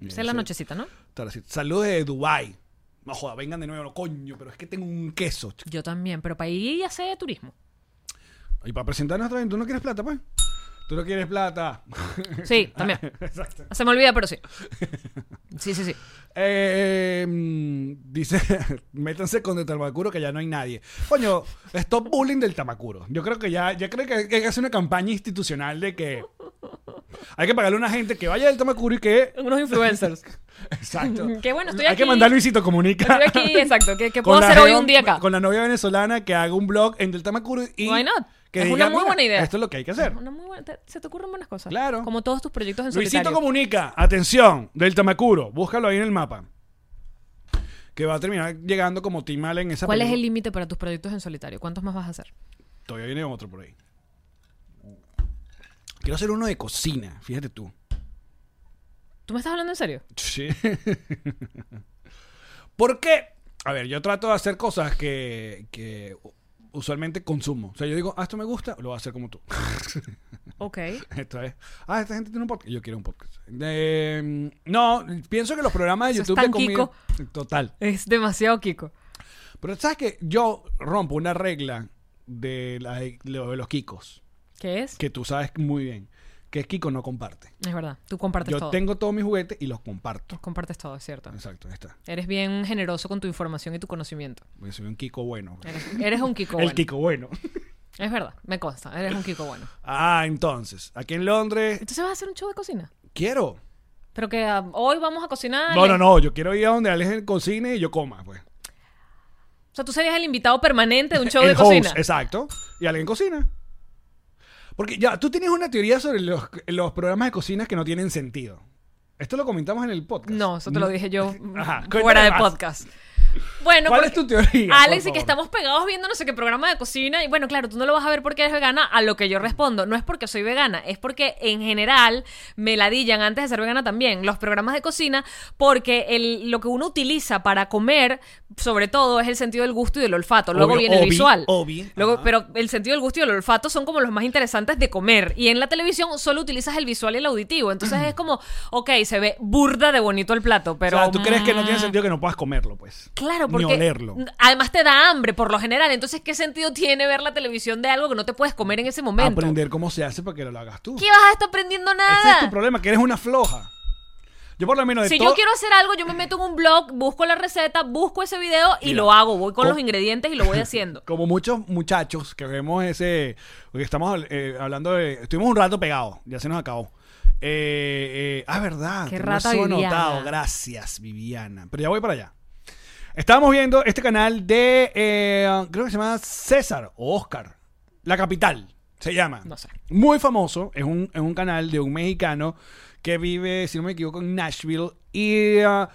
Speaker 2: Es en la
Speaker 3: Sí.
Speaker 2: nochecita, ¿no?
Speaker 3: Tara, sí. Saludos de Dubai. No joda, vengan de nuevo, no, coño, pero es que tengo un queso. chico.
Speaker 2: Yo también, pero para ir y hacer turismo.
Speaker 3: Y para presentarnos otra vez, ¿tú no quieres plata, pues? ¿Tú no quieres plata?
Speaker 2: Sí, también.
Speaker 3: Exacto.
Speaker 2: Se me olvida, pero sí. Sí, sí, sí.
Speaker 3: Eh, mm, dice, métanse con el Tamacuro que ya no hay nadie. Coño, stop bullying del Tamacuro. Yo creo que ya, ya creo que hay que hacer una campaña institucional de que hay que pagarle a una gente que vaya del Tamacuro y que.
Speaker 2: Unos influencers.
Speaker 3: Exacto.
Speaker 2: Qué bueno, estoy
Speaker 3: Hay que
Speaker 2: aquí.
Speaker 3: mandar Luisito Comunica.
Speaker 2: Estoy aquí, exacto. ¿Qué, qué
Speaker 3: Con
Speaker 2: puedo
Speaker 3: la
Speaker 2: hacer hoy
Speaker 3: jeva-
Speaker 2: un día acá?
Speaker 3: Con la novia venezolana que haga un blog en Del Tamacuro y.
Speaker 2: Why not?
Speaker 3: que
Speaker 2: Es una muy
Speaker 3: "Mira,
Speaker 2: buena idea".
Speaker 3: Esto es lo que hay que hacer.
Speaker 2: Una muy buena- te- se te ocurren buenas cosas.
Speaker 3: Claro.
Speaker 2: Como todos tus proyectos en
Speaker 3: Luisito
Speaker 2: solitario.
Speaker 3: Comunica, atención, Del Tamacuro. Búscalo ahí en el mapa. Que va a terminar llegando como Tim Allen en esa
Speaker 2: ¿Cuál es el
Speaker 3: película.
Speaker 2: límite para tus proyectos en solitario? ¿Cuántos más vas a hacer?
Speaker 3: Todavía viene otro por ahí. Quiero hacer uno de cocina, fíjate tú.
Speaker 2: ¿Tú me estás hablando en serio?
Speaker 3: Sí. Porque, a ver, yo trato de hacer cosas que, que usualmente consumo. O sea, yo digo, ah, esto me gusta, lo voy a hacer como tú.
Speaker 2: Ok.
Speaker 3: Esto es. Ah, esta gente tiene un podcast. Yo quiero un podcast. Eh, no, pienso que los programas de
Speaker 2: Eso es
Speaker 3: YouTube
Speaker 2: tan
Speaker 3: de comida. Total.
Speaker 2: Es demasiado Kiko.
Speaker 3: Pero sabes que yo rompo una regla de, la- de lo de los Kikos,
Speaker 2: ¿Qué es?
Speaker 3: que tú sabes muy bien, que es Kiko no comparte.
Speaker 2: Es verdad. Tú compartes
Speaker 3: Yo
Speaker 2: todo.
Speaker 3: tengo todos mis juguetes y los comparto.
Speaker 2: Compartes todo, es cierto.
Speaker 3: Exacto, ahí está.
Speaker 2: Eres bien generoso con tu información y tu conocimiento.
Speaker 3: Porque soy un Kiko bueno.
Speaker 2: Eres, eres un Kiko
Speaker 3: El
Speaker 2: bueno.
Speaker 3: Kiko bueno.
Speaker 2: Es verdad, me consta. Eres un Kiko bueno.
Speaker 3: Ah, entonces, aquí en Londres,
Speaker 2: Entonces vas a hacer un show de cocina.
Speaker 3: quiero.
Speaker 2: Pero que ah, hoy vamos a cocinar.
Speaker 3: No, no, no, yo quiero ir a donde Alex cocine y yo coma, pues.
Speaker 2: O sea, tú serías el invitado permanente de un show
Speaker 3: el
Speaker 2: de
Speaker 3: host,
Speaker 2: cocina.
Speaker 3: Exacto. Y alguien cocina. Porque ya, tú tienes una teoría sobre los, los programas de cocina que no tienen sentido. Esto lo comentamos en el podcast.
Speaker 2: No, eso te lo dije yo
Speaker 3: Mm. Ajá,
Speaker 2: fuera
Speaker 3: cuéntame
Speaker 2: de
Speaker 3: más.
Speaker 2: podcast. Bueno,
Speaker 3: ¿Cuál
Speaker 2: porque
Speaker 3: es tu teoría? por
Speaker 2: Alex, y
Speaker 3: favor?
Speaker 2: que estamos pegados viendo no sé qué programa de cocina. Y bueno, claro, tú no lo vas a ver porque eres vegana. A lo que yo respondo, no es porque soy vegana, es porque en general me ladillan antes de ser vegana también los programas de cocina, porque el, lo que uno utiliza para comer, sobre todo, es el sentido del gusto y del olfato. Luego
Speaker 3: Obvio,
Speaker 2: viene el
Speaker 3: obvi,
Speaker 2: visual.
Speaker 3: obvi,
Speaker 2: Luego,
Speaker 3: ajá.
Speaker 2: pero el sentido del gusto y el olfato son como los más interesantes de comer. Y en la televisión solo utilizas el visual y el auditivo. Entonces es como, ok, se ve burda de bonito el plato, pero.
Speaker 3: o sea, tú crees que no
Speaker 2: mm,
Speaker 3: tiene sentido que no puedas comerlo, pues.
Speaker 2: Claro,
Speaker 3: Ni
Speaker 2: porque
Speaker 3: olerlo.
Speaker 2: n- además te da hambre por lo general. Entonces, ¿qué sentido tiene ver la televisión de algo que no te puedes comer en ese momento?
Speaker 3: Aprender cómo se hace para que lo hagas tú.
Speaker 2: ¿Qué vas a estar aprendiendo
Speaker 3: Ese es tu
Speaker 2: nada?
Speaker 3: problema, que eres una floja. Yo por lo menos de
Speaker 2: si
Speaker 3: todo-
Speaker 2: yo quiero hacer algo, yo me meto en un blog, busco la receta, busco ese video y
Speaker 3: Mira,
Speaker 2: lo hago. Voy con
Speaker 3: co-
Speaker 2: los ingredientes y lo voy haciendo.
Speaker 3: Como muchos muchachos que vemos ese. Porque estamos eh, hablando de. Estuvimos un rato pegados, ya se nos acabó. Eh, eh, ah, verdad.
Speaker 2: Qué
Speaker 3: no
Speaker 2: rata
Speaker 3: eso
Speaker 2: Viviana.
Speaker 3: anotado. Gracias, Viviana. Pero ya voy para allá. Estábamos viendo este canal de. eh, creo que se llama César o Oscar. La capital se llama.
Speaker 2: No sé.
Speaker 3: Muy famoso. Es un, es un canal de un mexicano que vive, si no me equivoco, en Nashville. Y. ah,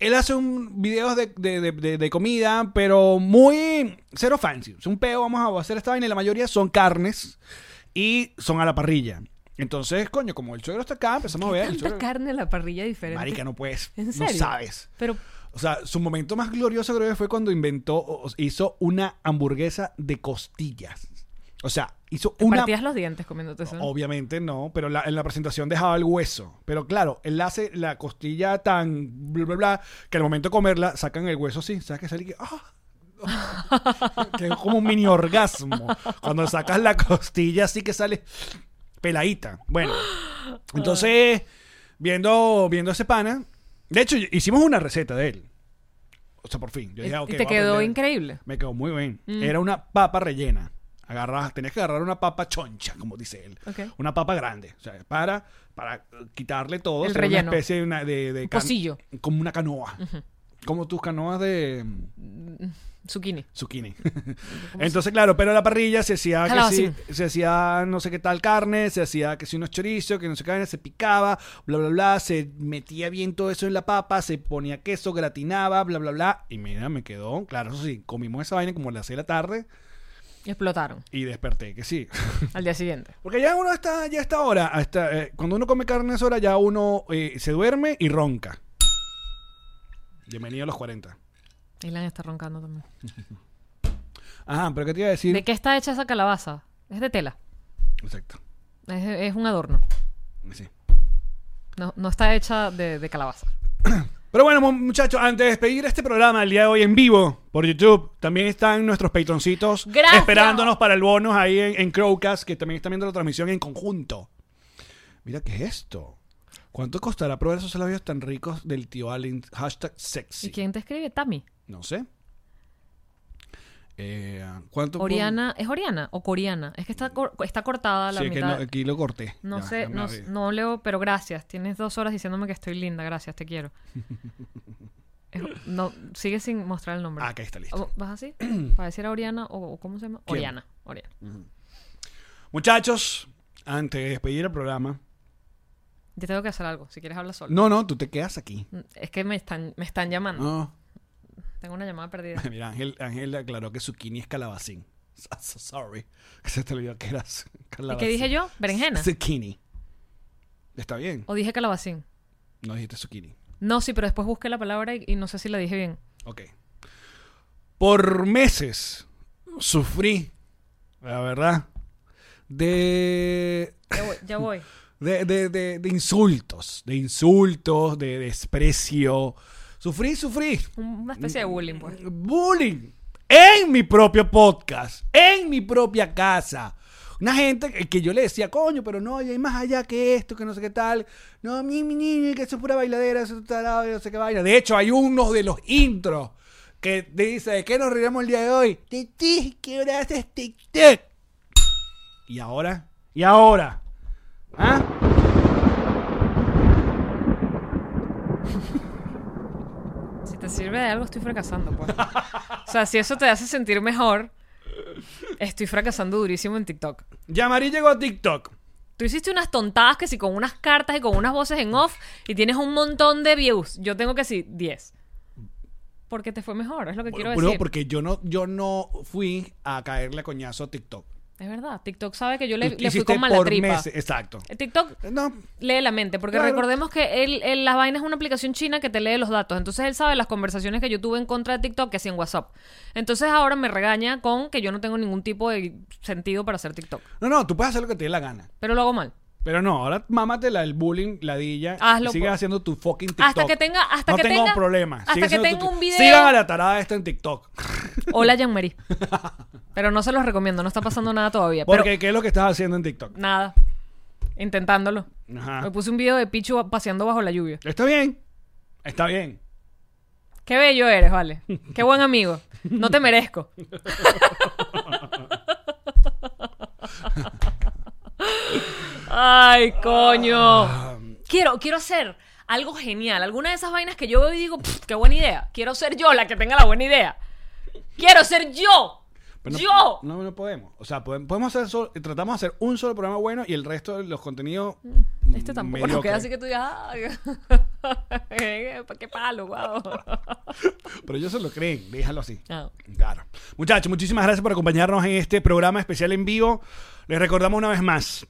Speaker 3: él hace un videos de, de- de- de- de comida, pero muy cero fancy. Es un peo, vamos a hacer esta vaina. Y la mayoría son carnes y son a la parrilla. Entonces, coño, como el suegro está acá, empezamos a ver. el
Speaker 2: Tanta
Speaker 3: suegro-
Speaker 2: carne a la parrilla diferente.
Speaker 3: Marica, no puedes.
Speaker 2: ¿En
Speaker 3: No
Speaker 2: serio?
Speaker 3: sabes.
Speaker 2: Pero
Speaker 3: O sea, su momento más glorioso creo que fue cuando inventó, o- o hizo una hamburguesa de costillas. O sea, hizo
Speaker 2: Te
Speaker 3: una
Speaker 2: Partías los dientes comiéndote eso.
Speaker 3: Obviamente no, pero la- en la presentación dejaba el hueso. Pero claro, él hace la costilla tan bla, bla, bla, que al momento de comerla sacan el hueso así. ¿Sabes que sale y que, ¡ah! que es como un mini orgasmo. Cuando sacas la costilla así que sale peladita. Bueno, entonces, viendo, viendo ese pana, de hecho, hicimos una receta de él. O sea, por fin. Yo
Speaker 2: Y-
Speaker 3: dije, "Ah, "Ok,
Speaker 2: y te
Speaker 3: voy a
Speaker 2: quedó
Speaker 3: aprender".
Speaker 2: increíble.
Speaker 3: Me quedó muy bien.
Speaker 2: Mm.
Speaker 3: Era una papa rellena. Agarras, tenías que agarrar una papa choncha, como dice él.
Speaker 2: Ok.
Speaker 3: Una papa grande. O sea, para, para quitarle todo.
Speaker 2: El
Speaker 3: hacer
Speaker 2: relleno.
Speaker 3: Una especie de, una, de, de
Speaker 2: Un
Speaker 3: can-
Speaker 2: pocillo.
Speaker 3: Como una canoa. Como tus canoas de mm,
Speaker 2: Zucchini.
Speaker 3: zucchini. Entonces, claro, pero la parrilla se hacía que sí,
Speaker 2: Calabacín.
Speaker 3: se hacía no sé qué tal carne, se hacía que si unos chorizos, que no sé qué vaina, se picaba, bla, bla, bla, se metía bien todo eso en la papa, se ponía queso, gratinaba, bla, bla, bla. Y mira, me quedó, claro, eso sí, comimos esa vaina como a las 6 de la tarde
Speaker 2: Y explotaron
Speaker 3: y desperté, que sí.
Speaker 2: al día siguiente.
Speaker 3: Porque ya uno está, ya está hora, hasta, eh, cuando uno come carne a esa hora, ya uno eh, se duerme y ronca. Bienvenido a los 40.
Speaker 2: Ilan está roncando también.
Speaker 3: Ajá, pero ¿qué te iba a decir?
Speaker 2: ¿De qué está hecha esa calabaza? Es de tela.
Speaker 3: Exacto.
Speaker 2: Es, es un adorno.
Speaker 3: Sí.
Speaker 2: No, no está hecha de, de calabaza.
Speaker 3: Pero bueno, mu- muchachos, antes de despedir este programa el día de hoy en vivo por YouTube, también están nuestros patroncitos
Speaker 2: Gracias.
Speaker 3: esperándonos para el bonus ahí en, en Crowcast, que también están viendo la transmisión en conjunto. Mira, ¿qué es esto? ¿Cuánto costará probar esos labios tan ricos del tío Allen? Hashtag sexy.
Speaker 2: ¿Y quién te escribe? Tami.
Speaker 3: No sé. Eh, ¿Cuánto? puedo-
Speaker 2: Oriana. ¿Es Oriana o Coriana? Es que está, cor- está cortada la
Speaker 3: Sí, es que no,
Speaker 2: mitad.
Speaker 3: aquí lo corté.
Speaker 2: no,
Speaker 3: Ya,
Speaker 2: sé,
Speaker 3: ya me
Speaker 2: no,
Speaker 3: abrí.
Speaker 2: no leo, pero gracias. Tienes dos horas diciéndome que estoy linda. Gracias, te quiero. Es- no, sigue sin mostrar el nombre.
Speaker 3: Ah, acá está listo.
Speaker 2: ¿O- ¿Vas así? ¿Para decir a Oriana o o cómo se llama?
Speaker 3: ¿Quién?
Speaker 2: Oriana. Oriana.
Speaker 3: Muchachos, antes de despedir el programa.
Speaker 2: Yo tengo que hacer algo. Si quieres, habla solo.
Speaker 3: No, no, Ah. tú te quedas aquí.
Speaker 2: Es que me están, me están llamando.
Speaker 3: No.
Speaker 2: Tengo una llamada perdida.
Speaker 3: Mira, Ángel, Ángel aclaró que zucchini es calabacín. So- so Sorry. Que se te olvidó que era z-
Speaker 2: ¿Y
Speaker 3: calabacín.
Speaker 2: qué dije yo? ¿Berenjena?
Speaker 3: Zucchini. Está bien.
Speaker 2: ¿O dije calabacín?
Speaker 3: No dijiste zucchini.
Speaker 2: No, sí, pero después busqué la palabra y, y no sé si la dije bien.
Speaker 3: Ok. Por meses sufrí, la verdad, de
Speaker 2: Ya voy. Ya voy.
Speaker 3: De, de- de- de insultos, de insultos, de desprecio. Sufrí, sufrí.
Speaker 2: Un- Una especie
Speaker 3: Mm.
Speaker 2: de bullying, pues.
Speaker 3: Bullying. En mi propio podcast, en mi propia casa. Una gente que- que yo le decía, coño, pero no, y hay más allá que esto, que no sé qué tal. No, mi, mi niño, que eso es pura bailadera, eso es tarado, no sé qué vaina. De hecho, hay uno de los intros que te dice, ¿de qué nos riremos el día de hoy? De ti, que ahora haces TikTok. ¿Y ahora? ¿Y ahora? ¿Ah?
Speaker 2: Si te sirve de algo, estoy fracasando, pues. O sea, si eso te hace sentir mejor, estoy fracasando durísimo en TikTok.
Speaker 3: Yamari llegó a TikTok.
Speaker 2: Tú hiciste unas tontadas que si con unas cartas y con unas voces en off y tienes un montón de views. Yo tengo que sí, 10. Porque te fue mejor, es lo que quiero
Speaker 3: Bro,
Speaker 2: decir.
Speaker 3: porque yo no, yo no fui a caerle a coñazo a TikTok.
Speaker 2: Es verdad, TikTok sabe que yo le,
Speaker 3: Tú
Speaker 2: le fui
Speaker 3: hiciste
Speaker 2: con mala
Speaker 3: por
Speaker 2: tripa.
Speaker 3: meses, Exacto.
Speaker 2: TikTok
Speaker 3: No,
Speaker 2: lee la mente, porque
Speaker 3: Claro.
Speaker 2: recordemos que él, él- la vaina es una aplicación china que te lee los datos. Entonces él sabe las conversaciones que yo tuve en contra de TikTok que sí en WhatsApp. Entonces ahora me regaña con que yo no tengo ningún tipo de sentido para hacer TikTok.
Speaker 3: no, no, tú puedes hacer lo que te dé la gana.
Speaker 2: Pero lo hago mal.
Speaker 3: Pero no, ahora mámatela el bullying, ladilla.
Speaker 2: Hazlo,
Speaker 3: Sigue
Speaker 2: pues.
Speaker 3: haciendo tu fucking TikTok.
Speaker 2: Hasta que tenga- hasta
Speaker 3: no
Speaker 2: que
Speaker 3: tengo
Speaker 2: tenga-
Speaker 3: problema.
Speaker 2: hasta
Speaker 3: Sigue
Speaker 2: que
Speaker 3: haciendo
Speaker 2: tenga
Speaker 3: tu-
Speaker 2: un video.
Speaker 3: Sigan a la tarada esta en TikTok.
Speaker 2: Hola, Jean-Marie. Pero no se los recomiendo, no está pasando nada todavía.
Speaker 3: Porque,
Speaker 2: Pero
Speaker 3: ¿qué es lo que Ah. estás haciendo en TikTok?
Speaker 2: nada. Intentándolo.
Speaker 3: Ajá.
Speaker 2: Me puse un video de Pichu paseando bajo la lluvia.
Speaker 3: Está bien. Está bien.
Speaker 2: Qué bello eres, vale. Qué buen amigo. No te merezco. Ay, coño. Quiero, quiero hacer algo genial. Alguna de esas vainas que yo veo y digo, "Pff, qué buena idea. Quiero ser yo la que tenga la buena idea. Quiero ser yo.
Speaker 3: Pero no-
Speaker 2: yo.
Speaker 3: No, no podemos. O sea, podemos, podemos hacer solo- tratamos de hacer un solo programa bueno y el resto de los contenidos.
Speaker 2: Este tampoco nos
Speaker 3: mediocre.
Speaker 2: queda así que tú digas, "Ay, qué palo, guau.
Speaker 3: Pero ellos se lo creen. Déjalo así.
Speaker 2: Ah.
Speaker 3: Claro. Muchachos, muchísimas gracias por acompañarnos en este programa especial en vivo. Les recordamos una vez más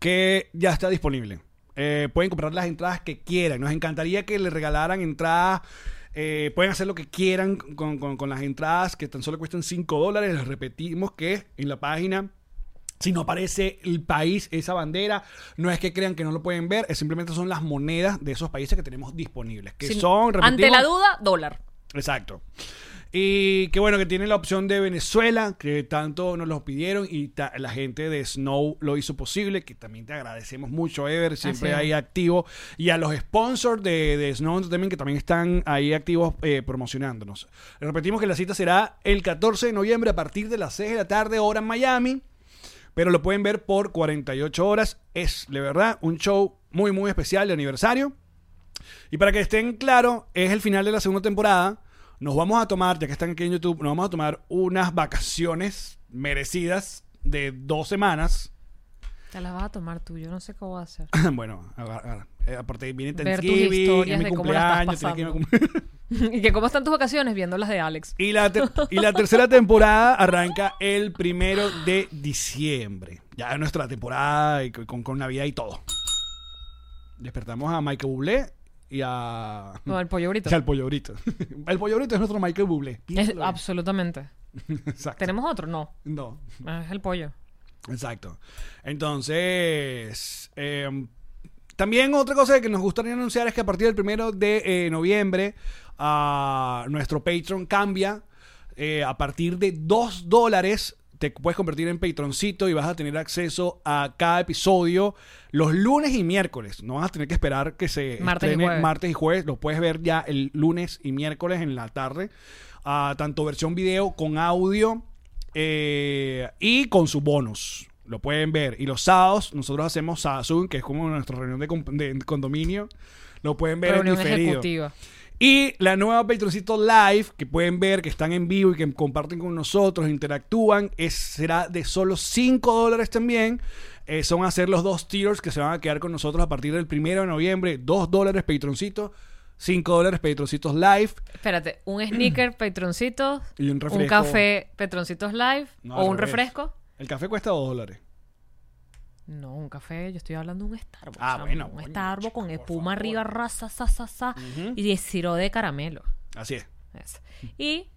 Speaker 3: que ya está disponible. Eh, pueden comprar las entradas que quieran. Nos encantaría que les regalaran entradas. Eh, pueden hacer lo que quieran con, con- con las entradas que tan solo cuestan 5 dólares. Les repetimos que en la página Si no aparece el país, esa bandera, no es que crean que no lo pueden ver, es simplemente son las monedas de esos países que tenemos disponibles, que
Speaker 2: Sin-
Speaker 3: son,
Speaker 2: Ante
Speaker 3: repetimos,
Speaker 2: la duda, dólar.
Speaker 3: Exacto. Y que bueno, que tienen la opción de Venezuela, que tanto nos lo pidieron y ta- la gente de Snow lo hizo posible, que también te agradecemos mucho, Ever, siempre
Speaker 2: es.
Speaker 3: ahí activo. Y a los sponsors de, de Snow Entertainment, que también están ahí activos eh, promocionándonos. Repetimos que la cita será el 14 de noviembre a partir de las 6 de la tarde, hora en Miami pero lo pueden ver por 48 horas. Es, de verdad, un show muy, muy especial de aniversario. Y para que estén claros, es el final de la segunda temporada. Nos vamos a tomar, ya que están aquí en YouTube, nos vamos a tomar unas vacaciones merecidas de dos semanas.
Speaker 2: Te las vas a tomar tú, yo no sé qué voy a hacer.
Speaker 3: bueno, agar- agar- eh, aparte viene
Speaker 2: Ver tus
Speaker 3: Thanksgiving, es
Speaker 2: historias
Speaker 3: mi
Speaker 2: de cómo la
Speaker 3: cumpleaños,
Speaker 2: estás
Speaker 3: tiene que irme a
Speaker 2: pasando.
Speaker 3: cum-
Speaker 2: y que cómo están tus vacaciones viendo las de Alex.
Speaker 3: Y la, ter- y la tercera temporada arranca el primero de diciembre. Ya es nuestra temporada y con, con Navidad y todo. Despertamos a Michael Bublé y a.
Speaker 2: No, el pollo
Speaker 3: y
Speaker 2: brito.
Speaker 3: al pollo brito. El pollo brito es nuestro Michael Bublé.
Speaker 2: Es-
Speaker 3: Piénsalo bien.
Speaker 2: absolutamente.
Speaker 3: Exacto.
Speaker 2: ¿Tenemos otro? No.
Speaker 3: No,
Speaker 2: Es el pollo.
Speaker 3: exacto. Entonces. eh, también otra cosa que nos gustaría anunciar es que a partir del primero de eh, noviembre ah, nuestro Patreon cambia. Eh, a partir de 2 dólares te puedes convertir en Patroncito y vas a tener acceso a cada episodio los lunes y miércoles. No vas a tener que esperar que se
Speaker 2: Martes y
Speaker 3: estrene
Speaker 2: jueves.
Speaker 3: martes y jueves. Los puedes ver ya el lunes y miércoles en la tarde. Ah, tanto versión video con audio eh, y con su bonus. Lo pueden ver. Y los sábados nosotros hacemos Sazun, que es como nuestra reunión de, comp- de condominio. Lo pueden ver
Speaker 2: Reunión
Speaker 3: en diferido.
Speaker 2: ejecutiva.
Speaker 3: Y la nueva Patroncito Live, que pueden ver, que están en vivo y que comparten con nosotros, interactúan, es, será de solo 5 dólares también. Eh, son a ser los dos tiers que se van a quedar con nosotros a partir del 1 de noviembre. 2 dólares Patroncito, 5 dólares Patroncitos Live.
Speaker 2: Espérate, un sneaker, patroncitos,
Speaker 3: Y un
Speaker 2: un
Speaker 3: refresco.
Speaker 2: café, patroncitos live,
Speaker 3: No,
Speaker 2: o
Speaker 3: al
Speaker 2: un
Speaker 3: revés.
Speaker 2: refresco.
Speaker 3: El café cuesta 2 dólares.
Speaker 2: No, un café, yo estoy hablando de un Starbucks.
Speaker 3: Ah,
Speaker 2: chamo.
Speaker 3: bueno,
Speaker 2: Un
Speaker 3: coño,
Speaker 2: Starbucks con
Speaker 3: chica, por
Speaker 2: espuma
Speaker 3: favor.
Speaker 2: arriba, raza, sa, sa, sa, y de siro de caramelo.
Speaker 3: Así es.
Speaker 2: Eso. Y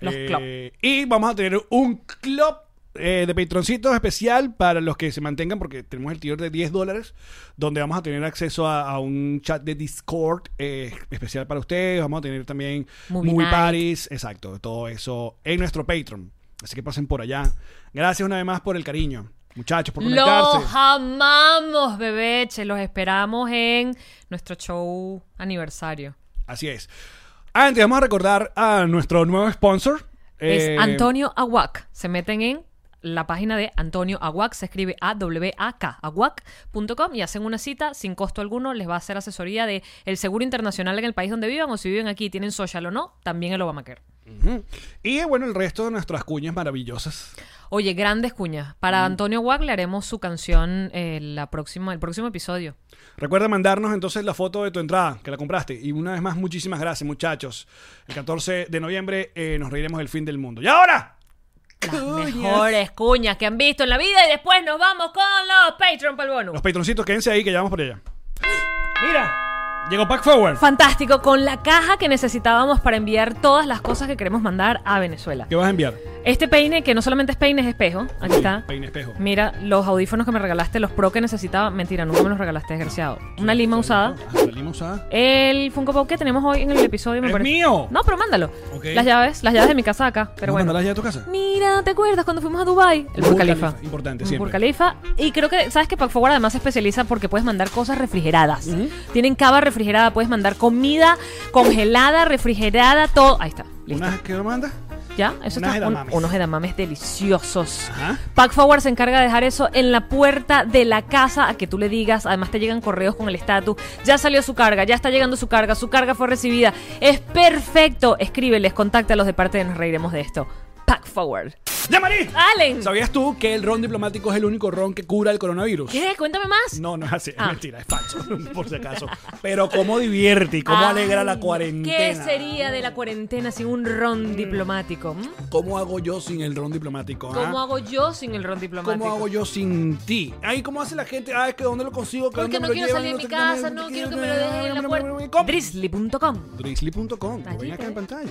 Speaker 2: los
Speaker 3: Eh,
Speaker 2: club.
Speaker 3: Y vamos a tener un club eh, de patroncitos especial para los que se mantengan, porque tenemos el tier de 10 dólares, donde vamos a tener acceso a, a un chat de Discord eh, especial para ustedes. Vamos a tener también
Speaker 2: Movie
Speaker 3: movie
Speaker 2: night.
Speaker 3: parties, exacto, todo eso en nuestro Patreon. Así que pasen por allá. Gracias una vez más por el cariño, muchachos, por conectarse.
Speaker 2: Los amamos, bebeche. Los esperamos en nuestro show aniversario.
Speaker 3: Así es. Antes, vamos a recordar a nuestro nuevo sponsor. eh,
Speaker 2: es Antonio Aguac. Se meten en la página de Antonio Aguac. Se escribe A-W-A-K, aguac.com y hacen una cita sin costo alguno. Les va a hacer asesoría de el seguro internacional en el país donde vivan o si viven aquí y tienen social o no, también el Obamacare.
Speaker 3: ujú. Y eh, bueno, el resto de nuestras cuñas maravillosas.
Speaker 2: Oye, grandes cuñas. Para
Speaker 3: Mm.
Speaker 2: Antonio Aguac le haremos su canción eh, la próxima, el próximo episodio.
Speaker 3: Recuerda mandarnos entonces la foto de tu entrada, que la compraste. Y una vez más, muchísimas gracias, muchachos. El 14 de noviembre eh, nos reiremos del fin del mundo. ¡Y ahora!
Speaker 2: Las
Speaker 3: Cuñas.
Speaker 2: mejores cuñas que han visto en la vida y después nos vamos con los Patreon para el bonus.
Speaker 3: Los patroncitos, quédense ahí que ya vamos por allá. ¡Mira! Llegó Pack Forward.
Speaker 2: Fantástico, con la caja que necesitábamos para enviar todas las cosas que queremos mandar a Venezuela.
Speaker 3: ¿Qué vas a enviar?
Speaker 2: Este peine, que no solamente es peine, es espejo. Aquí está.
Speaker 3: Peine espejo.
Speaker 2: Mira, los audífonos que me regalaste, los pro que necesitaba. Mentira, nunca me los regalaste, desgraciado. Una lima usada.
Speaker 3: Ah, ¿La lima usada?
Speaker 2: El Funko Pop que tenemos hoy en el episodio me
Speaker 3: ¡Es
Speaker 2: parece.
Speaker 3: mío!
Speaker 2: No, pero mándalo.
Speaker 3: Ok.
Speaker 2: Las llaves, las llaves de mi casa acá. Pero
Speaker 3: ¿Vamos a
Speaker 2: bueno.
Speaker 3: mandarlas ya a tu casa?
Speaker 2: Mira, ¿te acuerdas cuando fuimos a Dubai? El Burj
Speaker 3: Burj
Speaker 2: Khalifa.
Speaker 3: Khalifa, importante,
Speaker 2: Un
Speaker 3: siempre.
Speaker 2: Burj Khalifa. Y creo que, ¿sabes que Pack Forward además se especializa porque puedes mandar cosas refrigeradas. Tienen cava refrigerada, puedes mandar comida congelada, refrigerada, todo. Ahí está. Listo.
Speaker 3: ¿Unas que lo mandas?
Speaker 2: ¿Ya? Eso
Speaker 3: unas
Speaker 2: está. un-
Speaker 3: edamames.
Speaker 2: unos edamames deliciosos.
Speaker 3: Ajá.
Speaker 2: Pack Forward se encarga de dejar eso en la puerta de la casa a que tú le digas. Además, te llegan correos con el estatus. Ya salió su carga, ya está llegando su carga, su carga fue recibida. Es perfecto. Escríbeles, contáctalos de parte de Nos Reiremos de esto. Pack Forward.
Speaker 3: ¡Ya, Marí!
Speaker 2: Allen.
Speaker 3: ¿Sabías tú que el ron diplomático es el único ron que cura el coronavirus?
Speaker 2: ¿Qué? Cuéntame más.
Speaker 3: No, no es así, es
Speaker 2: Ah.
Speaker 3: mentira, es falso, por si acaso. Pero cómo divierte y cómo alegra
Speaker 2: Ay,
Speaker 3: la cuarentena.
Speaker 2: Ah,
Speaker 3: Mm.
Speaker 2: ¿Qué sería de la cuarentena sin un ron diplomático? ¿m?
Speaker 3: ¿Cómo hago yo sin el ron diplomático? ah?
Speaker 2: ¿Cómo hago yo sin el ron diplomático?
Speaker 3: ¿Cómo hago yo sin ti? Ay, ¿cómo hace la gente? Ah, es que ¿dónde lo consigo? ¿Que
Speaker 2: Porque
Speaker 3: dónde
Speaker 2: no
Speaker 3: me lo
Speaker 2: quiero
Speaker 3: llevan?
Speaker 2: salir de mi
Speaker 3: sé qué,
Speaker 2: casa,
Speaker 3: sé
Speaker 2: no
Speaker 3: qué,
Speaker 2: quiero que
Speaker 3: bla,
Speaker 2: me lo dejen en
Speaker 3: bla,
Speaker 2: la
Speaker 3: bla, bla, bla,
Speaker 2: puerta.
Speaker 3: bla. ¿Cómo?
Speaker 2: Drizzly.com.
Speaker 3: Drizzly.com, lo ven
Speaker 2: Allí
Speaker 3: acá
Speaker 2: te-
Speaker 3: en pantalla.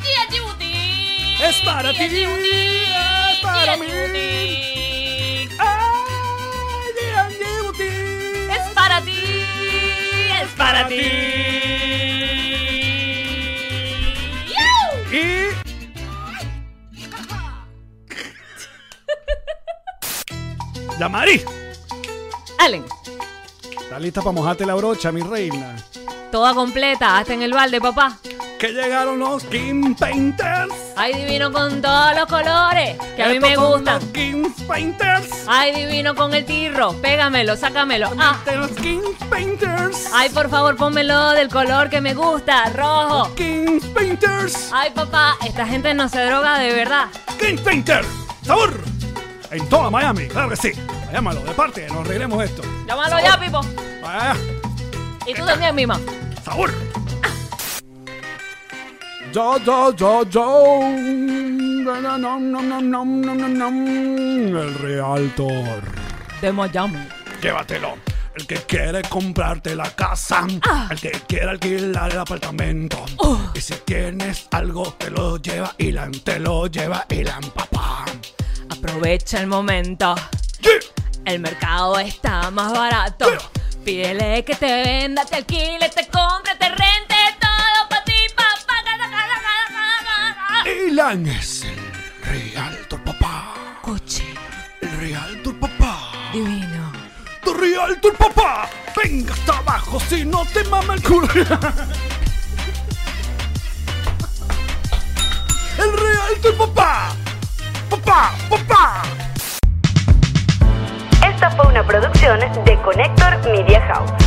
Speaker 2: Gia Giudic!
Speaker 3: Es para ti,
Speaker 2: Gia Giudic,
Speaker 3: es para
Speaker 2: Gia
Speaker 3: mí.
Speaker 2: Giudic.
Speaker 3: ¡Ay, G&G Boutique!
Speaker 2: Es para ti, es para ti. ¡Yau!
Speaker 3: Y. ¡La Mari!
Speaker 2: Allen,
Speaker 3: ¿Estás lista para mojarte la brocha, mi reina?
Speaker 2: toda completa, hasta en el balde, papá.
Speaker 3: Que llegaron los King Painters.
Speaker 2: Ay, divino con todos los colores que a mí
Speaker 3: Estos
Speaker 2: me
Speaker 3: son
Speaker 2: gustan.
Speaker 3: Los King Painters.
Speaker 2: Ay, divino con el tirro. Pégamelo, sácamelo. Ah.
Speaker 3: De los King Painters.
Speaker 2: Ay, por favor, pónmelo del color que me gusta, rojo.
Speaker 3: King Painters.
Speaker 2: Ay, papá, esta gente no se droga de verdad.
Speaker 3: King Painter. Sabor. En toda Miami, claro que sí. Llámalo, de parte, nos reiremos esto.
Speaker 2: Llámalo
Speaker 3: Sabor.
Speaker 2: ya, Pipo.
Speaker 3: Ah,
Speaker 2: Y tú también, Mima.
Speaker 3: sabor. Yo, yo, yo, yo. Na, na, nom, nom, nom, nom, nom, nom, nom. El Realtor.
Speaker 2: De Miami.
Speaker 3: Llévatelo. El que quiere comprarte la casa. El que quiere alquilar el apartamento. Y si tienes algo, te lo lleva Ilan. Te lo lleva Ilan, papá.
Speaker 2: Aprovecha el momento. El mercado está más barato. Pídele que te venda, te alquile, te compre, te rente todo para ti, papá.
Speaker 3: Ilan es el Realtor, papá.
Speaker 2: Cuchi,
Speaker 3: El Realtor, papá.
Speaker 2: divino.
Speaker 3: Tu Realtor, papá. Venga hasta abajo si no te mama el culo. El Realtor, papá. Papá, papá.
Speaker 1: Esta fue una producción de Connector Media House.